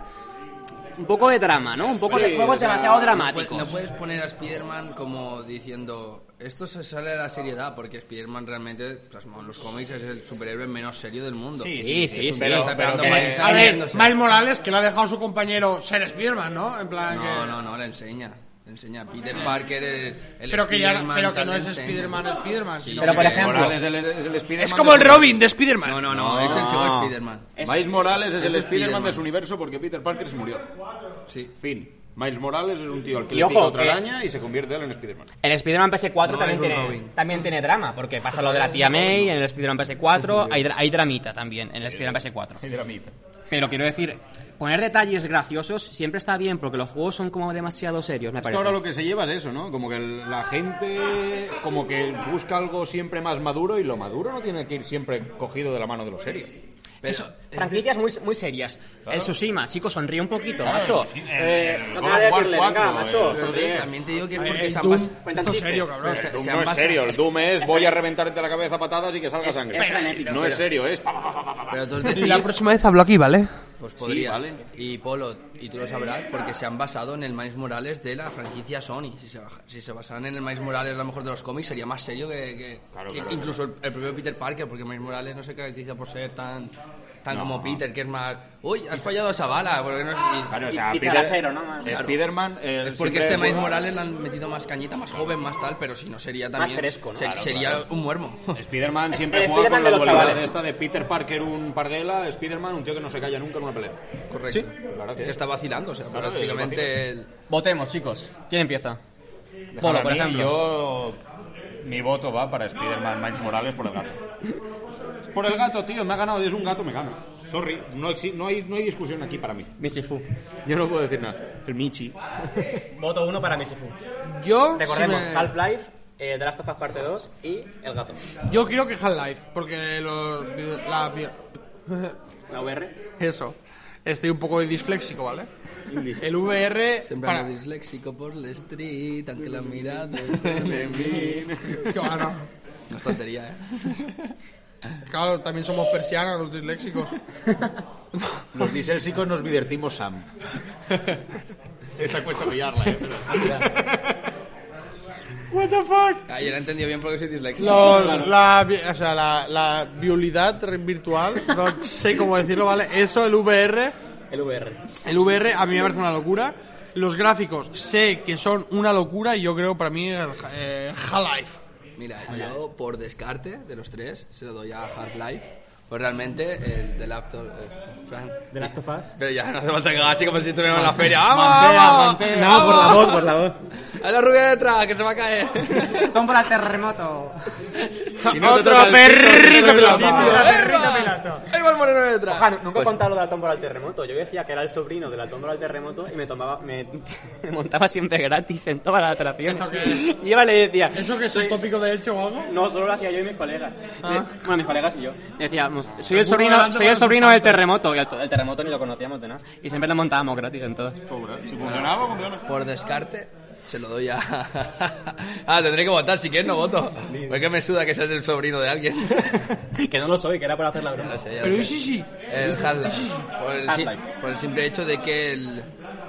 un poco de drama, ¿no? Un poco de Sí, juegos o sea, demasiado No puedes- dramáticos. No puedes poner a Spider-Man como diciendo, esto se sale de la seriedad, porque Spider-Man realmente, plasmado en los cómics, es el superhéroe menos serio del mundo. sí, sí, sí, pero- está pegando pero que- palizas a ver, riéndose. Miles Morales, que le ha dejado su compañero ser Spiderman, ¿no? En plan. No, que- no, no, le enseña. Le enseña a Peter Parker, el, el Pero que, ya, Spiderman, pero que tal, no le es enseña. Spiderman, Spiderman. Sí, sino Pero sí, por que- ejemplo- Morales es el, es el Spider-Man. Es como el de su- Robin de Spiderman. No, no, no, es el segundo Spider-Man. Miles Morales es, Es el el Spider-Man de Spider-Man. su universo porque Peter Parker se murió. Sí. Fin. Miles Morales es un tío al que Y le ojo, pica otra que- araña y se convierte él en Spider-Man. El Spider-Man PS4 No, también, es un tiene, Robin. también tiene drama, porque pasa lo de la tía May, en el Spider-Man PS4 hay, dra- hay dramita también, en el Spider-Man PS4. Hidramita. Pero quiero decir, poner detalles graciosos siempre está bien, porque los juegos son como demasiado serios, me Es que parece. ahora lo que se lleva es eso, ¿no? Como que la gente como que busca algo siempre más maduro y lo maduro no tiene que ir siempre cogido de la mano de lo serio. Pero- Eso, franquicias muy, muy serias. El Tsushima, chicos, sonríe un poquito, macho. Eh, no te voy a decirle, War venga, cuatro, macho, eh. sonríe. También te digo que El porque se han Doom, pas- Cuentan esto es chistes. serio, cabrón. se- El Doom se no han es basa- serio, el Doom es es voy a frenético. reventarte la cabeza a patadas y que salga sangre. es frenético. no es serio, es... pa, pa, pa, pa, pa, pa. Pero tú el Y decir, la próxima vez hablo aquí, ¿vale? pues podría. vale. Y Polo, y tú lo sabrás, porque se han basado en el Miles Morales de la franquicia Sony. Si se, baja- si se basaran en el Miles Morales, a lo mejor de los cómics, sería más serio que, que- Claro, que claro, incluso El, el propio Peter Parker, porque Miles Morales no se caracteriza por ser tan tan como Peter, que es más. Uy, has fallado esa bala. Porque no, y- Claro, o sea, Y- y charachero, ¿no? Más- Claro. Spiderman... eh, Es porque siempre este Miles juega- Morales le han metido más cañita, más joven, más tal, pero si no sería también. fresco, ¿no? ser- Claro, sería claro. un muermo. Spiderman siempre El juega con Spiderman la de los dualidad chavales. esta de Peter Parker un parguela, Spiderman un tío que no se calla nunca en una pelea. [LAUGHS] Correcto. claro Que que es. está vacilando, o sea, Claro, prácticamente. el- Votemos, chicos. ¿Quién empieza? Déjame Polo, a por mí, ejemplo. Yo, mi voto va para Spider-Man Miles Morales por el gato. Es por el gato, tío, me ha ganado. Es un gato, me gana. Sorry, no, exi- no, hay, no hay discusión aquí para mí. Michifu. Yo no puedo decir nada. El Michi. Voto uno para Michifu. Yo, Recordemos, si me- Half-Life, eh, The Last of Us Parte 2 y El Gato. yo quiero que Half-Life, porque los... vide- La... vi- La VR. Eso. Estoy un poco disfléxico, ¿vale? El VR... para- Sembrando disléxico por la street, aunque la mirada esté de mí. Yo, ah, no. No es tontería, ¿eh? Claro, también somos persianas los disléxicos. Los disélsicos nos divertimos, [LAUGHS] Sam. Esa cuesta pillarla, eh, pero- Ah, yo lo he entendido bien porque soy disléxico. Los- la, vi- o sea, la, la violidad re- virtual, no sé cómo decirlo, ¿vale? Eso, el VR, El VR. el VR a mí me parece una locura. Los gráficos sé que son una locura y yo creo para mí el ja- eh, Half-Life. Mira, yo por descarte de los tres se lo doy a Half-Life. Pues realmente el de Last of eh, The Last of Us. Pero ya no hace falta que haga así como si estuviéramos en la feria. ¡Vamos! Mantela, vamos! mantela. ¡Vamos! por la voz. [LAUGHS] ¡A la rubia detrás, que se va [LAUGHS] a caer! Tumba el terremoto. ¡Otro perrito pelotado! La perrita pelota. [LAUGHS] ¡Ahí va el moreno detrás! Pues Ojalá, nunca he contado lo de la tómbola del terremoto. Yo decía que era el sobrino de la tómbola del terremoto y me tomaba, me, [LAUGHS] me montaba siempre gratis en todas las atracciones. Y iba y le decía... ¿Eso que es un "Soy- tópico de hecho o algo? No, solo lo hacía yo y mis colegas. Ah. De- Bueno, mis colegas y yo. Decíamos, soy burro el sobrino, delante soy el parece un sobrino del panther. terremoto. Y el, el terremoto ni lo conocíamos de nada. Y siempre lo montábamos gratis en todas. Por descarte, se lo doy a. [LAUGHS] ah, tendré que votar, si quieres no voto. Porque me suda que seas el sobrino de alguien. [LAUGHS] Que no lo soy, que era para hacer la broma. No sé, ya Pero sé. sí, sí. El Half-Life. Por, el si- Half-Life. por el simple hecho de que el,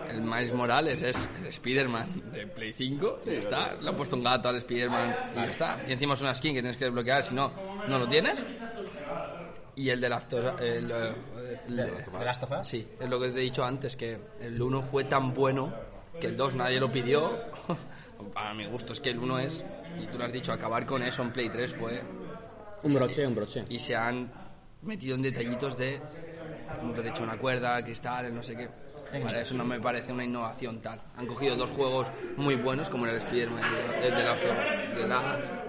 el Miles Morales es el Spider-Man de Play 5. ya está. Le han puesto un gato al Spider-Man y ya está. Y encima es una skin que tienes que desbloquear, si no, no lo tienes. Y el de Last of el, eh, el- Last of Us? Sí, es lo que te he dicho antes, que el 1 fue tan bueno que el 2 nadie lo pidió. [LAUGHS] Para mi gusto es que el 1 es, y tú lo has dicho, acabar con eso en Play 3 fue Un broche, un broche. y se han metido en detallitos de como que te echa una cuerda, cristales, no sé qué. Vale, eso no me parece una innovación tal. Han cogido dos juegos muy buenos como el Spider-Man de, de la de la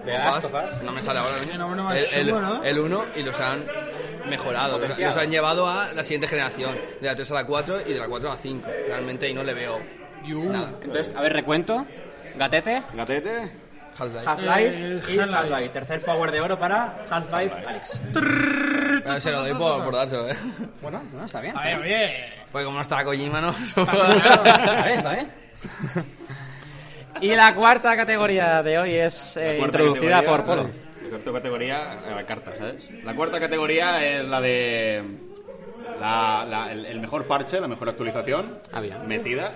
De Last of Us. no me sale ahora Que no, no mismo. me El- suena, ¿no? el- el 1 y los han mejorado, los, los han llevado a la siguiente generación, de la 3 a la 4 y de la 4 a la 5. Realmente ahí no le veo nada. Entonces, a ver, recuento. Gatete, Gatete. Half-Life. Ah, Eh, Half-Life y Half-Life. Half-Life. Tercer power de oro para Half-Life Alex. Ah, se [LAUGHS] lo doy por, por dárselo, ¿eh? Bueno, no, está bien. A ver, oye. Porque como no está Kojima, ¿no? [LAUGHS] Está bien, está bien. Y la cuarta categoría de hoy es eh, Cuarta introducida categoría, por Polo. La cuarta categoría, eh, la carta, ¿sabes? La cuarta categoría es la de. la- la- el, el mejor parche, la mejor actualización. Ah, bien. Metida.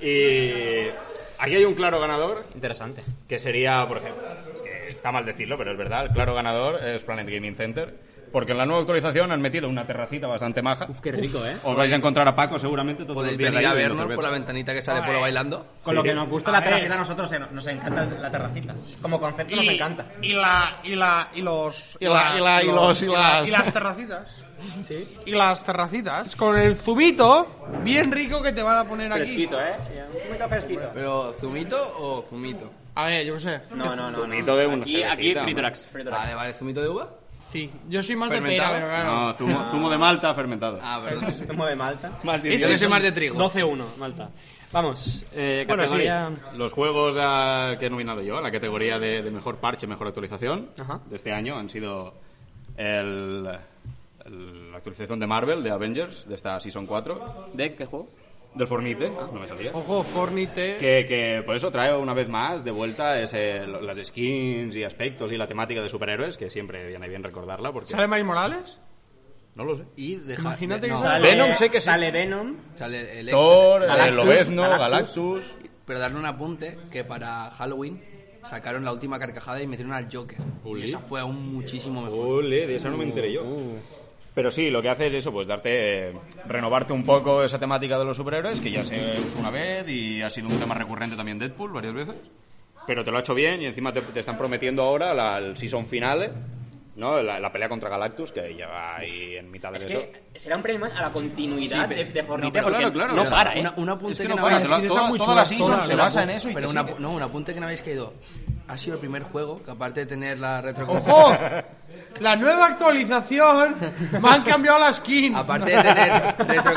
Y. Aquí hay un claro ganador, Interesante. que sería, por ejemplo, es que está mal decirlo, pero es verdad, el claro ganador es Planet Gaming Center. Porque en la nueva actualización han metido una terracita bastante maja. Qué rico, ¿eh? Os vais a encontrar a Paco seguramente todos Podéis los días venir a ahí bebiendo vernos por la cerveza. ventanita que sale Ah, eh. Polo bailando. Con lo que nos gusta la terracita a nosotros, eh, nos encanta la terracita. Como concepto nos encanta. Y la y la y los Y la- y la- y los- y las- y las [LAUGHS] terracitas. Y las terracitas con el zumito bien rico que te van a poner aquí. Fresquito, ¿eh? Un poquito fresquito. Pero, ¿zumito o zumito? A ver, yo qué sé. No, no, no. Zumito de una Aquí, aquí cervecita, free hombre. drugs. Free drugs. Vale, vale, ¿zumito de uva? Sí, yo soy más de pera, ¿Fermentado? pero claro. No, zumo, zumo de Malta fermentado. Ah, perdón. Zumo de Malta. Más Yo que soy más de trigo. 12-1, Malta. Vamos, eh, Bueno, sí, categoría... los juegos ah, que he nominado yo en la categoría este de, de mejor parche, mejor actualización Ajá. de este año han sido el el- la actualización de Marvel, de Avengers, de esta Season 4, ¿De qué juego? del Fornite, Ah. no me salía. Oh. Ojo, Fornite. Que, que por eso trae una vez más de vuelta ese- lo- las skins y aspectos y la temática de superhéroes, que siempre viene bien recordarla porque... ¿Sale Miles Morales? No lo sé. Y deja- Imagínate de- que no, sale- Venom sé que sí. Sale Venom. sale el Thor, el- eh, Galactus, Lobezno, Galactus. Galactus... Pero darle un apunte que para Halloween sacaron la última carcajada y metieron al Joker. Uli. Y esa fue aún muchísimo mejor. Ole, de esa no me enteré yo. Mm, Pero sí, lo que hace es eso, pues darte, eh, renovarte un poco esa temática de los superhéroes, que ya se usó una vez y ha sido un tema recurrente también Deadpool varias veces. Pero te lo ha hecho bien y encima te, te están prometiendo ahora la, el season final, ¿no? La, la pelea contra Galactus, que ya va ahí en mitad de Es eso. que será un premio más a la Sí, continuidad pero- de, de Fortnite, no, pero porque claro, claro, no claro. para, ¿eh? Una, un apunte Es que que, no no para, habéis- se va- que está toda, muy toda chula, la season toda, se la- basa en eso y Pero te una- sigue. no, un apunte que no habéis caído. Ha sido el primer juego que aparte de tener la [LAUGHS] ¡Ojo! retrocompatibilidad, La nueva actualización. Me han cambiado la skin. aparte de tener retro,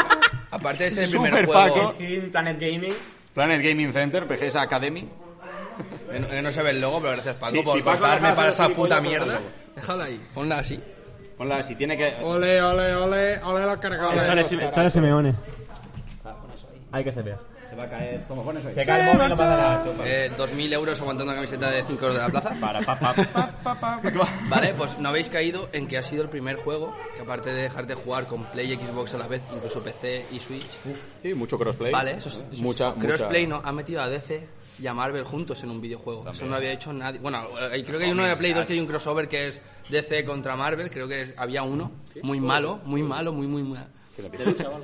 aparte de ser el primer Superpaco. juego Skin, Planet Gaming. Planet Gaming Center, PGS Academy. que no, que no se ve el logo, pero gracias Paco Sí, por sí, Paco, cortarme deja para de hacer esa puta gilipollas, mierda. por Déjala ahí, ponla así. Hola, si tiene que... Ole, ole, ole, ole los cargadores. Sale Simeone. Hay que se vea. Se va a caer. ¿Cómo pones hoy? Se cae el móvil, no pasa nada. Eh, 2.000 euros aguantando una camiseta de 5 euros de la plaza. Para, pa, pa, pa, pa, pa. Vale, pues no habéis caído en que ha sido el primer juego que aparte de dejar de jugar con Play y Xbox a la vez, incluso PC y Switch, Sí, mucho crossplay. vale, eso es- eso es- mucha, mucha- Crossplay no, ha metido a DC y a Marvel juntos en un videojuego. Eso no lo había hecho nadie. Bueno, eh, creo que hay uno de Play 2 que hay un crossover que es DC contra Marvel, creo que es- había uno, muy malo, muy malo, muy, muy malo.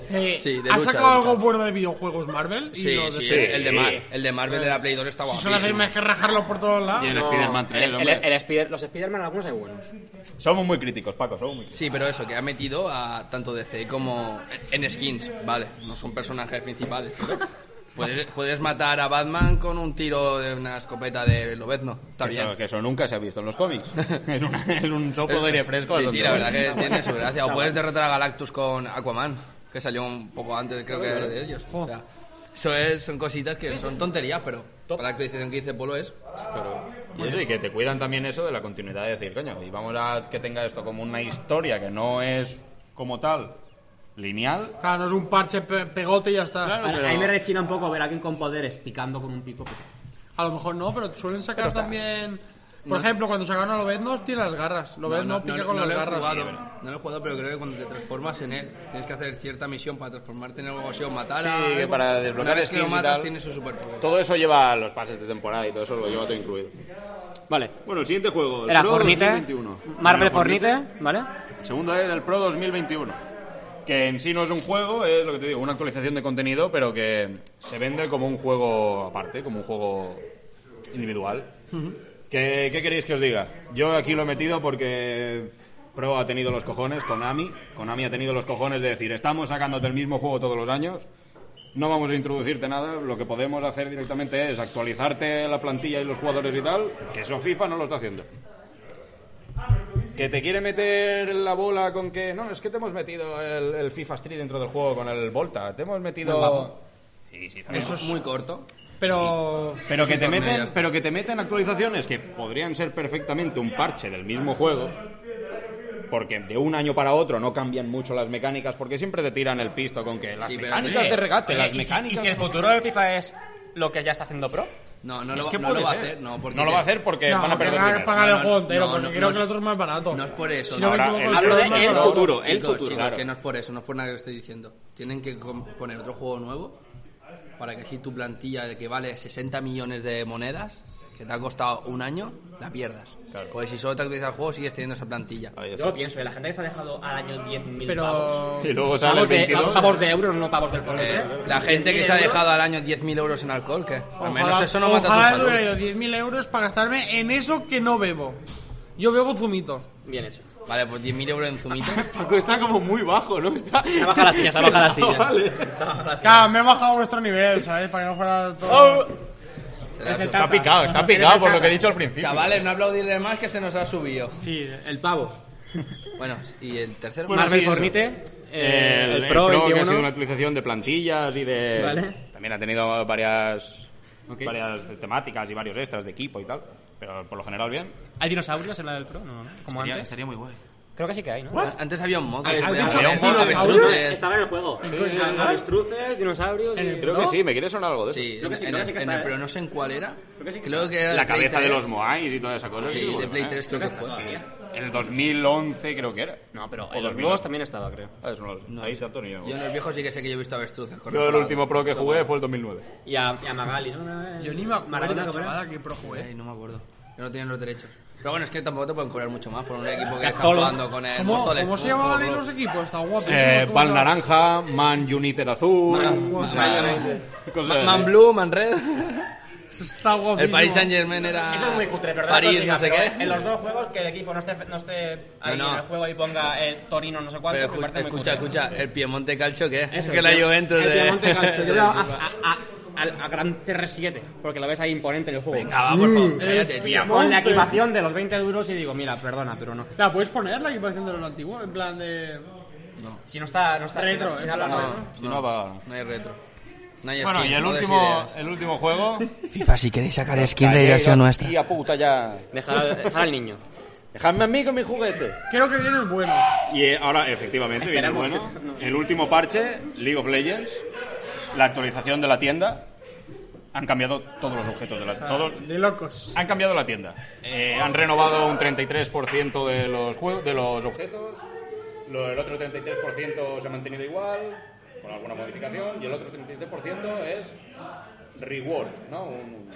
Eh, Sí, de ¿Ha lucha, sacado de algo lucha. bueno de videojuegos Marvel? Y Sí, lo de- sí, si el de, Mar- el de Marvel de la Play 2 está son las guapísimo. mismas que rajarlo por todos lados. Y el Spider-Man 3, El- el- hombre. el Spider- los Spider-Man algunos hay buenos. Somos muy críticos, Paco, somos muy críticos. Sí, pero eso, que ha metido a tanto DC como en skins, vale, no son personajes principales. pero Puedes, puedes matar a Batman con un tiro de una escopeta de Lobezno, está que, Eso, bien. que eso nunca se ha visto en los cómics. [LAUGHS] es, una- es un soplo de aire fresco. Ah, Sí, sí, la verdad que tiene [LAUGHS] su gracia. O puedes derrotar a Galactus con Aquaman, que salió un poco antes, creo que de ellos. O sea, eso es, son cositas que son tonterías, pero para la actualización que dice Polo es... Y eso, y que te cuidan también eso de la continuidad de decir, coño, y vamos a que tenga esto como una historia que no es como tal lineal. Claro, no es un parche pe- pegote y ya está. Claro, Ahí pero- me rechina un poco ver a alguien con poderes picando con un pico. A lo mejor no, pero suelen sacar también. Por ejemplo, cuando sacaron a Lobezno, tiene las garras. No, Lobezno no, pica no, con no las lo he garras. jugado, no lo he jugado, pero creo que cuando te transformas en él tienes que hacer cierta misión para transformarte en algo así o matar Sí, a... que algo. para desbloquear Una vez que lo skins y matas tal. tienes su superpoder. Todo eso lleva a los pases de temporada y todo eso lo lleva todo incluido. Vale. Bueno, el siguiente juego. Era Fornite. Marvel Fornite, ¿vale? Segundo es el E Pro 2021. Que en sí no es un juego, es lo que te digo, una actualización de contenido, pero que se vende como un juego aparte, como un juego individual. ¿Qué, qué queréis que os diga? Yo aquí lo he metido porque Pro ha tenido los cojones, Konami. Konami ha tenido los cojones de decir, estamos sacándote el mismo juego todos los años, no vamos a introducirte nada, lo que podemos hacer directamente es actualizarte la plantilla y los jugadores y tal, que eso FIFA no lo está haciendo. Que te quiere meter la bola con que. No, es que te hemos metido el, el FIFA Street dentro del juego con el Volta. Te hemos metido. Sí, sí, también. Eso es muy corto. Pero. Pero que, Sí, te torneo, ya meten, está. pero que te meten actualizaciones que podrían ser perfectamente un parche del mismo juego, porque de un año para otro no cambian mucho las mecánicas, porque siempre te tiran el pisto con que las Sí, pero- mecánicas de regate, Oye, las Eh, ¿y si- mecánicas... ¿Y si el futuro del FIFA es lo que ya está haciendo Pro? No, no, Es lo, que no lo puede va a ser. hacer. No, porque No lo va a hacer Eh, porque No, van a que perder van dinero. pagar el No, no, juego entero, no, porque no, creo no que es- el otro es más barato. no es por eso, Si no, no, me ahora equivoco, el- el hablo otro de es más el barato. futuro. el chicos, futuro, chicos, claro. que no es por eso, no es por nada que estoy diciendo. Tienen que com- poner otro juego nuevo para que si tu plantilla de que vale 60 millones de monedas, que te ha costado un año, la pierdas. Claro. Porque si solo te actualizas el juego, sigues teniendo esa plantilla. Ahí Yo está. lo pienso, ¿eh? la gente que se ha dejado al año 10.000 pavos. Pero. Y luego sale el Pavos de, 22. pavos de euros, no pavos del ¿eh? Fortnite. Eh, La gente que se ha dejado al año 10.000 euros en alcohol, que al menos ojalá- eso no mata tu Ojalá salud. hubiera ido 10.000 euros para gastarme en eso que no bebo. Yo bebo zumito. Bien hecho. Vale, pues 10.000 euros en zumito. Paco está como muy bajo, ¿no? Está... Se ha bajado la silla, se ha bajado la silla. Vale. Se ha bajado la Ah, silla. Claro, me he bajado vuestro nivel, ¿sabes? Para que no fuera [LAUGHS] todo. Oh, está picado, [LAUGHS] está picado por lo que he dicho al principio. Chavales, no aplaudirle más que se nos ha subido. Sí, eh. el pavo. Bueno, y el tercero. Bueno, Marvel sí, eso. Fornite, eh, el, el, el Pro, Pro, que 21. ha sido una actualización de plantillas y de... Vale. También ha tenido varias, varias temáticas y varios extras de equipo y tal. Pero por lo general bien. ¿Hay dinosaurios en la del Pro? No, como Sería, antes. sería muy guay. Creo que sí que hay, ¿no? Antes había un modo. ¿Has había dicho había un modo de dinosaurios? avestruces. Estaba en el juego. Avestruces, dinosaurios. y- Creo que sí, me quiere sonar algo de eso. Sí, Creo que sí, en creo el- que sí que en está, el- ¿eh? pero no sé en cuál era. Creo que sí que Creo está. que era La de Play cabeza de 3. los Moais y toda esa cosa. Sí, de bueno, Play ¿eh? 3 creo que fue. En el 2011 creo que era. No, pero O en los 2009. nuevos también estaba, creo. Ah, eso no lo sé. No Ahí sé. tanto ni yo. Yo en los viejos sí que sé que yo he visto avestruces. correr Yo por el la- último pro que jugué fue el 2009. Y a, y a Magali, ¿no? Yo ni me acuerdo de Maradona, la ¿cómo era? chavala que pro jugué. Ay, no me acuerdo. Yo no tienen los derechos. Pero bueno, es que tampoco te pueden cobrar mucho más por un equipo que está Castolo. jugando con el ¿Cómo, Móstoles. cómo se llamaban ahí los equipos? Está guapísimo. Eh, Val Naranja, Man United Azul. cosas Man, de- Man Blue, Man [LAUGHS] Red. Está guapísimo. El Paris Saint Germain era. Eso es muy cutre, ¿verdad? París, Diga, no sé pero qué. En los dos juegos que el equipo no esté, no esté ahí No, no. en el juego y ponga el Torino no sé cuánto, Pero me escucha, parece muy escucha, cutre. escucha, el Piemonte Calcio, ¿qué? Es Eso, que la tío. Juventus El de. [LAUGHS] Piemonte [LAUGHS] Calcio. Yo le hago a, a, a- al- a gran CR7, porque lo ves ahí imponente en el juego. Ah, va, por favor, Mm. cállate, tío. Con la equipación de los 20 duros y digo, mira, perdona, pero no. ¿La puedes poner la equipación de los antiguos? En plan de. Si no está... No está Retro, si en no plan, está- ¿no? Si no, apagado. No hay retro. No hay Bueno, skin, y el no des último, ideas. el último juego. FIFA, si queréis sacar skin de dirección nuestra. Tía puta ya. Dejar, al- dejar al niño. Dejadme a mí con mi juguete. Creo que viene el bueno. Y eh, ahora, efectivamente, viene Esperamos bueno. El último parche, League of Legends, la actualización de la tienda. Han cambiado todos los objetos de la todos- De locos. Han cambiado la tienda. Eh, han renovado un 33% de los, jue- de los objetos. Lo- el otro 33% se ha mantenido igual, con alguna modificación. Y el otro 33% es reward, ¿no? Un-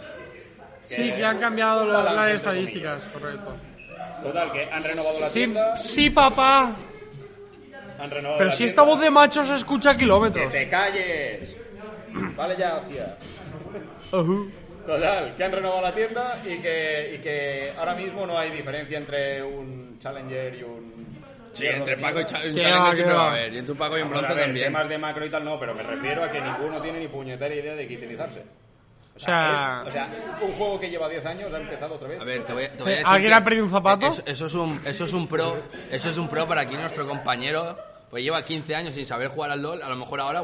Sí, que han cambiado un la- balance, las entre estadísticas, correcto. comillas. Total, que han renovado la Sí, tienda. sí, papá. Han renovado Pero la si tienda. esta voz de macho se escucha a kilómetros. ¡Que te calles! Vale ya, hostia. Ujú. Total, que han renovado la tienda y que, y que ahora mismo no hay diferencia entre un Challenger y un... Sí, entre Paco y Cha- un Qué Challenger va, siempre qué va a va. haber. Y entre un Paco y un Bueno, Bronce a ver, también. temas de macro y tal no, pero me refiero a que ninguno tiene ni puñetera idea de qué utilizarse. O sea, O sea, un juego que lleva 10 años ha empezado otra vez. A ver, te voy, a- te voy a Eh, decir ¿alguien que ha perdido un zapato? Eso, eso es un, eso es un pro, eso es un pro para aquí nuestro compañero, pues lleva 15 años sin saber jugar al LoL, a lo mejor ahora...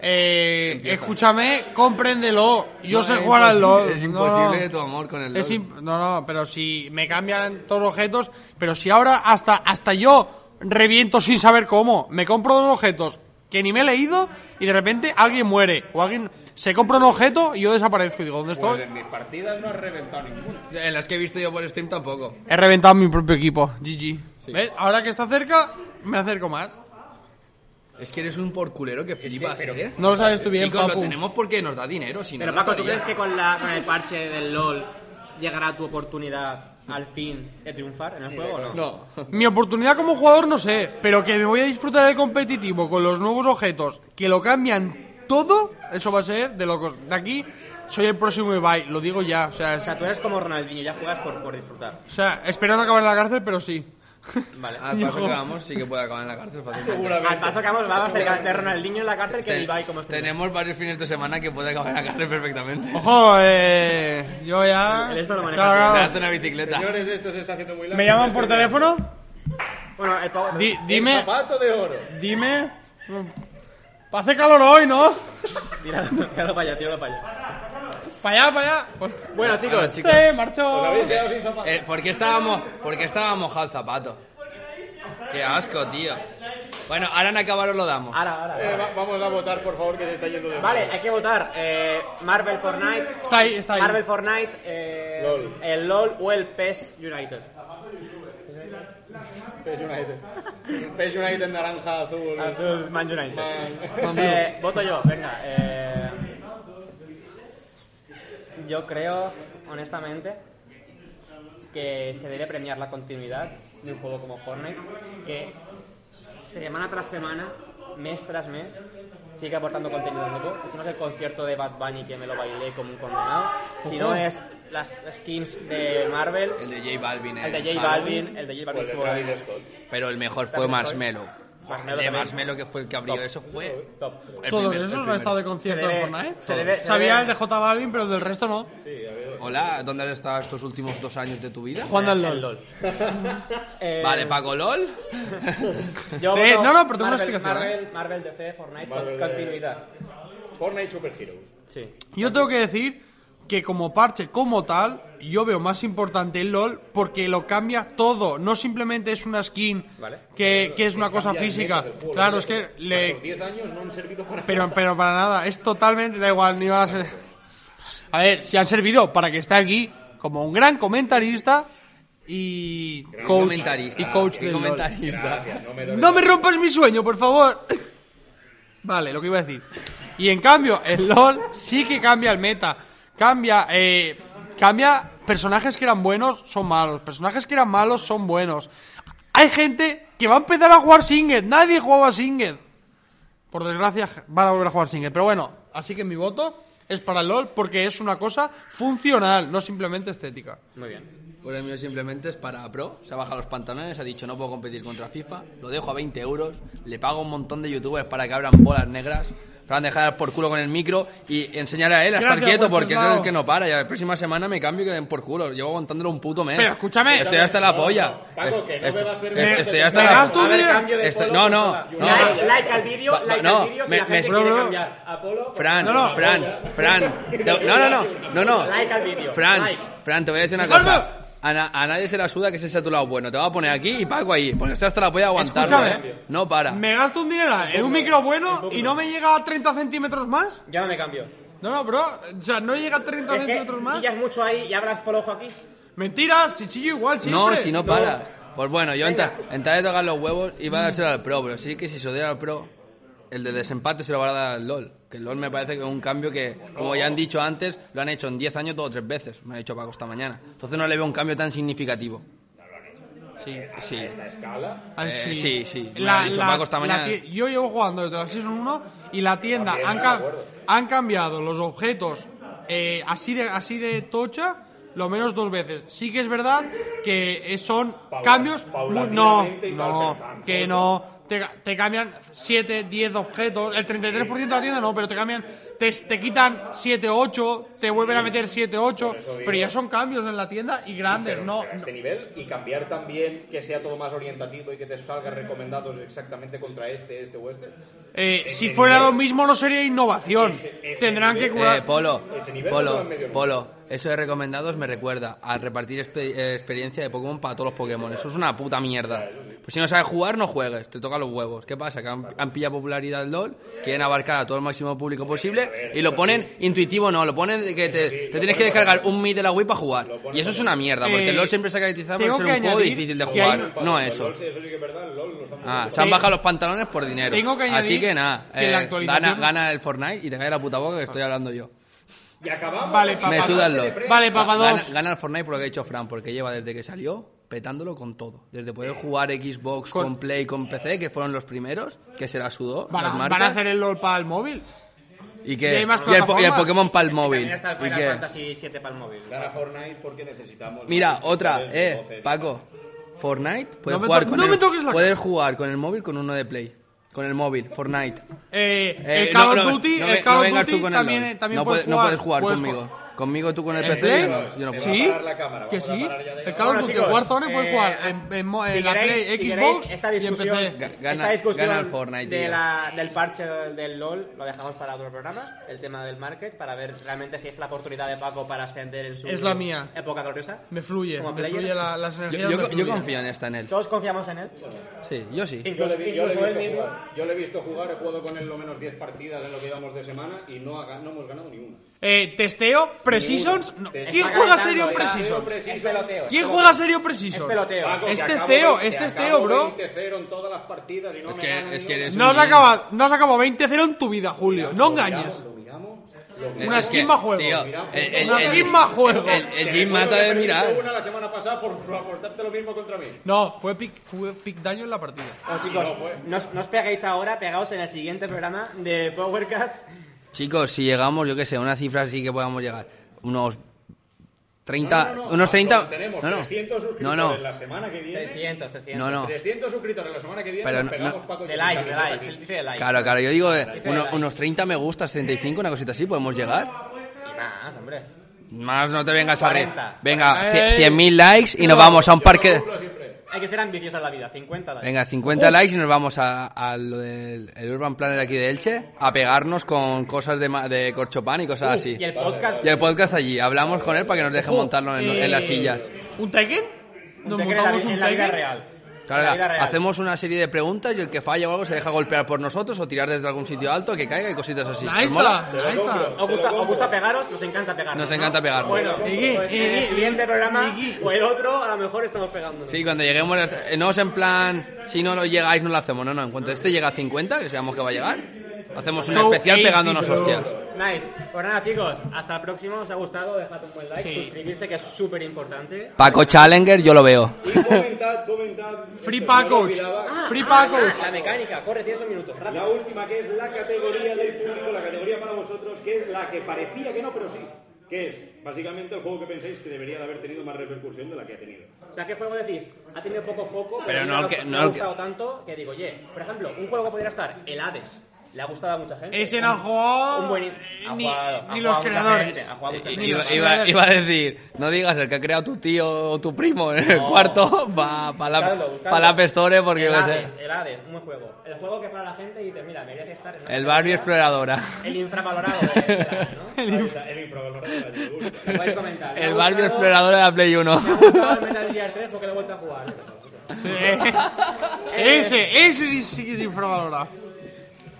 eh, Empieza. escúchame, compréndelo. Yo No, sé es jugar al imposible- LOL. Es No, no. imposible tu amor con el LoL. Es imp- no, no, pero si me cambian todos los objetos, pero si ahora hasta, hasta yo reviento sin saber cómo, me compro dos objetos que ni me he leído y de repente alguien muere o alguien se compra un objeto y yo desaparezco y digo, ¿dónde Pues estoy? en mis partidas no has reventado ninguno. En las que he visto yo por stream tampoco. He reventado mi propio equipo, GG. ¿Ves? Ahora que está cerca, me acerco más. Es que eres un porculero que flipas, ¿eh? No lo sabes tú bien, Chicos, papu. lo tenemos porque nos da dinero, si no, Pero no Paco, ¿tú estaría. crees que con, la, con el parche del LOL llegará tu oportunidad al fin de triunfar en el juego o no? No. Mi oportunidad como jugador no sé, pero que me voy a disfrutar del competitivo con los nuevos objetos, que lo cambian todo, eso va a ser de locos. De aquí soy el próximo Ibai, lo digo ya, o sea, O es- sea, tú eres como Ronaldinho, ya juegas por, por disfrutar. [LAUGHS] O sea, espero no acabar en la cárcel, pero sí. Vale. Al paso que vamos, sí que puede acabar en la cárcel fácilmente. Al paso que vamos, va más cerca de Ronaldinho en la cárcel que de Ten- Ibai como streamer. tenemos varios fines de semana que puede acabar en la cárcel perfectamente. Ojo, eh, yo ya... El esto lo maneja Claro, Te claro. das una bicicleta. esto se está haciendo muy ¿Me llaman por teléfono? Bueno, el Power... Di- dime, Zapato de oro. dime... Hace calor hoy, ¿no? Tíralo, tíralo para allá, tíralo para allá. Para allá, para allá. Pues- Bueno, chicos, Pues Se marchó. Eh, ¿por, qué estábamos, ¿Por qué estaba mojado el zapato? Qué asco, tío. Bueno, ahora en acabar os lo damos. ahora, ahora. Eh, vamos a votar, por favor, que se está yendo de... Vale, hay que votar eh, Marvel Fortnite, Está ahí, está ahí. Marvel Fortnite, eh, LOL. el LOL o el PES United. PES United. PES United naranja, azul... Man United. Man Eh, voto yo, venga. eh, yo creo, honestamente, que se debe premiar la continuidad de un juego como Fortnite, que semana tras semana, mes tras mes, sigue aportando contenido nuevo. Si no es el concierto de Bad Bunny que me lo bailé como un condenado, si no es las skins de Marvel, El de J Balvin. el de en J Halloween. Balvin, el de J Balvin Pues estuvo Pero el mejor fue Marshmello. Marshmello El de también. Marshmello que fue el que abrió eso fue. top. El Todos primero, el esos han primero. estado de concierto Se en debe- Fortnite. se debe- se Sabía debe- el de J Balvin, pero del resto no. Hola, ¿dónde has estado estos últimos dos años de tu vida? Jugando al El LOL. LOL. Eh, Vale, Paco LOL. Yo Eh, voto no, no, pero tengo una Marvel, explicación, ¿eh? Marvel, Marvel, DC, Fortnite, con Marvel, continuidad. Fortnite Super Heroes. Sí. Yo tengo que decir que como parche como tal, yo veo más importante el LOL porque lo cambia todo. No simplemente es una skin que, que es una cosa física. Claro, es que le... 10 años no han servido para Pero, pero para nada, es totalmente, da igual, ni van a ser... A ver, si han servido para que esté aquí como un gran comentarista y coach, comentarista. y coach Qué del LOL. comentarista. No me rompas mi sueño, por favor. [LAUGHS] Vale, lo que iba a decir. Y en cambio, el LOL sí que cambia el meta. Cambia, eh, cambia. Personajes que eran buenos son malos. Personajes que eran malos son buenos. Hay gente que va a empezar a jugar Singed. Nadie jugaba Singed. Por desgracia, van a volver a jugar Singed. Pero bueno, así que mi voto es para el LOL porque es una cosa funcional, no simplemente estética. Muy bien. Por Pues el mío simplemente es para pro. Se ha bajado los pantalones, ha dicho no puedo competir contra FIFA, lo dejo a 20 euros, le pago a un montón de youtubers para que abran bolas negras, para dejar por culo con el micro y enseñar a él a estar Gracias, quieto buen porque es soldado. el que no para. Y la próxima semana me cambio y que den por culo. Llevo aguantándolo un puto mes. Pero escúchame. Estoy hasta la polla. Paco, que no Est- bebas est- cerveza, Estoy que hasta te la pegas tú, A ver, mira. cambio de Esto- polo no, por no, sola. no. Like, like al Va- vídeo, va- like no, al vídeo si me- la me- gente Bro, quiere bro. cambiar. Apolo, Fran, No, no. Fran, Fran, te- no, no, no, no, no. Like al vídeo, Fran, like. Fran, te voy a decir una ¡Calma! cosa. A, na- a nadie se la suda que se sea tu lado bueno. Te va a poner aquí y Paco ahí, porque esto hasta la voy a aguantarlo, Escúchame. ¿eh? No para. Me gasto un dinero en un micro bueno y no me llega a 30 centímetros más. Ya no me cambio. No, no, bro. O sea, no llega a 30 Es que centímetros más. chillas mucho ahí y abras por ojo aquí. Mentira, si chillo igual siempre. No, si no para. Pues bueno, yo entra, entraré a tocar los huevos y va a ser al pro, pero sí que si se lo diera al pro, el de desempate se lo va a dar al LOL. Que el LOL me parece que es un cambio que, como ya han dicho antes, lo han hecho en 10 años dos o tres veces. Me ha dicho Paco esta mañana. Entonces no le veo un cambio tan significativo. Sí, sí. Ah, Eh, sí, sí, me La- ha dicho la- Paco esta la mañana. tie- yo llevo jugando desde la Season 1 y la tienda han, ca- han cambiado los objetos eh, así, de, así de tocha lo menos dos veces. Sí que es verdad que eh, son cambios... muy- No, no, que no. Te, ca- te cambian 7, 10 objetos. El 33% de la tienda no, pero te cambian... Te, te quitan 7, 8, te vuelven a meter 7, 8. Pero ya son cambios en la tienda y grandes, no, a no- este nivel y cambiar también que sea todo más orientativo y que te salga recomendados exactamente contra este, este o este. Eh, si fuera lo mismo no sería innovación. Tendrán que Eh, curar. Polo, Ese nivel no te va Polo, en medio mundo. Polo, eso de recomendados me recuerda al repartir expe- eh, experiencia de Pokémon para todos los Pokémon. Eso es una puta mierda. Pues si no sabes jugar, no juegues, te toca los huevos. ¿Qué pasa? Que han, han pillado popularidad el LOL, quieren abarcar a todo el máximo público posible y lo ponen intuitivo, no, lo ponen de que te, te tienes que descargar un MID de la Wii para jugar. Y eso es una mierda, porque Eh, el LOL siempre se ha caracterizado por tengo ser que un juego añadir difícil de que hay- jugar. No eso. Eso sí que es verdad, el LOL no está muy Ah, se han Sí. bajado los pantalones por dinero. Tengo que añadir Así que nada, que eh, la gana, actualización- gana el Fortnite y te cae la puta boca que estoy hablando yo. Y acabamos. Vale, aquí. papá. Me sudan los. Vale, papá Gana, dos. gana el Fortnite por lo que ha dicho Fran, porque lleva desde que salió petándolo con todo. Desde poder jugar Xbox con, Con- Play, con PC, que fueron los primeros, que se la sudó. Van las a, marcas, van a hacer el LOL para el móvil. y, y que, hay más y el, po- y el plataformas. Pokémon para el móvil. También está el Y Final que- Fantasy 7 para el móvil. Dar a Fortnite porque necesitamos. mira, más otra, jugadores de eh, 12. Paco. Fortnite, puedes, No me jugar, to- con no el, me toques la puedes jugar con el móvil con uno de Play. Con el móvil, Fortnite. Eh, Eh, el Call no, of no, Duty, no ve- el Call no of vengas Duty tú con el también, LOL. también no, puedes, no puedes jugar puedes conmigo. Conmigo tú con el PC. Play? yo no- yo no puedo. Sí, parar la cámara, que vamos a sí. parar ya de- El Call of Bueno, Duty, chicos, el Warzone puedes eh, jugar en, en mo- si en la Play, queréis- si Xbox queréis, esta y en discusión, PC. Ga- gana- esta discusión gana el Fortnite, de tío. la- del parche del LOL lo dejamos para otro programa, el tema del market, para ver realmente si es la oportunidad de Paco para ascender en su Es la mía. época gloriosa. Me fluye, Como me player. fluye la- las Yo, energías. yo- me yo fluyen. confío en esta, en él. Todos confiamos en él, Sí, yo sí. Yo incluso, le, vi- este yo le he incluso él visto mismo. jugar. Yo le he visto jugar, he jugado con él lo menos 10 partidas en lo que íbamos de semana y no, ha gan- no hemos ganado ni una. Eh, testeo, Precisions. no. Te- ¿Quién Está juega calentando, serio ya. Precisions? Este Es eh. peloteo. ¿Quién juega serio Es Precisions? peloteo. Este Es que acabo testeo, 20, es acabo testeo, bro. 20-0 en todas las partidas y no Es me que- ganan es ni que una. eres No has un niño. acabado, no has acabado 20-0 en tu vida, Julio. No engañes. Lo miramos, Una skin más juego. Tío, el, el, Una el- skin más juego. El, el Jim mata de mirar. una la semana pasada por apostarte lo mismo contra mí. No, fue pick, fue pick daño en la partida. Oh, Bueno, chicos, no os, no os pegáis ahora, pegaos en el siguiente programa de Powercast. Chicos, si llegamos, yo qué sé, una cifra así que podamos llegar. Unos 30. unos 30. Tenemos no, no. 300 no, no. suscriptores la semana que viene. 300, 300. No, no. 300 suscriptores la semana que viene. Pero nos no- pegamos, no- Paco, y De yo like, de sentamos like, aquí. él dice de like. Claro, claro, yo digo eh, uno- unos 30 me gustas, 35, una cosita así, podemos llegar. Y más, hombre. Más no te vengas a reír. 40. Venga, Ey. cien- 100.000 likes y nos vamos a un parque. Hay que ser ambicioso en la vida. 50 likes. Venga, 50 likes y nos vamos a, a lo del el Urban Planner aquí de Elche a pegarnos con cosas de, ma- de corchopan y cosas así. Y el podcast. Y el podcast allí, hablamos con él para que nos deje montarlo en, eh, en las sillas. ¿Un Tekken? un ¿Nos Tekken en la, montamos vi- un en la vida Tekken? real. En la vida Claro, real. hacemos una serie de preguntas y el que falla o algo se deja golpear por nosotros o tirar desde algún sitio alto que caiga y cositas así. Ahí ¿Os mola? está, ahí está. ¿Os gusta, os gusta pegaros? Nos encanta pegarnos. Nos encanta ¿no? pegarnos. Bueno, Miguel, pues en el Miguel, siguiente programa Miguel. o el otro, a lo mejor estamos pegándonos. Sí, cuando lleguemos, eh, no es en plan, si no lo llegáis no lo hacemos, no, no, en cuanto este llega a 50, que sabemos que va a llegar, hacemos un So especial easy, pegándonos bro. hostias. Nice. Pues nada, chicos, hasta el próximo. ¿Os ha gustado? Dejad un buen like. Suscribirse, que es súper importante. Paco Challenger, yo lo veo. Comentad, comentad. Free Package. Free Package. Ah, La mecánica, corre, tienes un minuto. Rápido. La última que es la categoría del público, la categoría para vosotros, que es la que parecía que no, pero sí. Que es básicamente el juego que pensáis que debería de haber tenido más repercusión de la que ha tenido. O sea, ¿qué juego decís? Ha tenido poco foco, Pero a mí no me ha que- gustado- no me ha que- gustado tanto que digo, oye, por ejemplo, un juego que podría estar, el Hades, le ha gustado a mucha gente. Ese Un- no ha jugado un buen- ni- ha ni jugado, ha los jugado mucha creadores. gente, ha jugado mucha gente. Eh, Iba, los iba- creadores. iba a decir, no digas el que ha creado tu tío o tu primo en el cuarto para la, Buscadlo, buscadlo. pa la Pestore, porque el yo qué Hades, sé. el Hades, un buen juego. El juego que para la gente dice, mira, merece estar en una El categoría, barrio exploradora. El infravalorado de- de Hades, [LAUGHS] ¿no? El, infravalorado de Podéis comentar. ¿le ha El barrio gustado- exploradora de la Play 1. ¿Le ha [LAUGHS] gustado el Metal Gear 3 porque lo he vuelto a jugar? [LAUGHS] Ese, ese sí, sí que es infravalorado.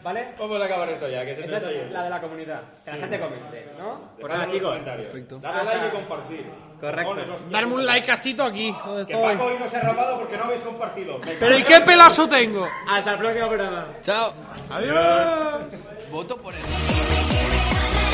¿Vale? Vamos a acabar esto ya, que se Esa es la de la comunidad. Que la gente comente, ¿no? Pues nada, chicos. Perfecto. Dale like y compartir. Correcto. Darme un likeacito aquí. donde Que estoy. Paco hoy no se ha rapado porque no habéis compartido. Venga. Pero ¿y qué pelazo tengo? Hasta el próximo programa. Chao. Adiós. Voto por el- Give me, give me all I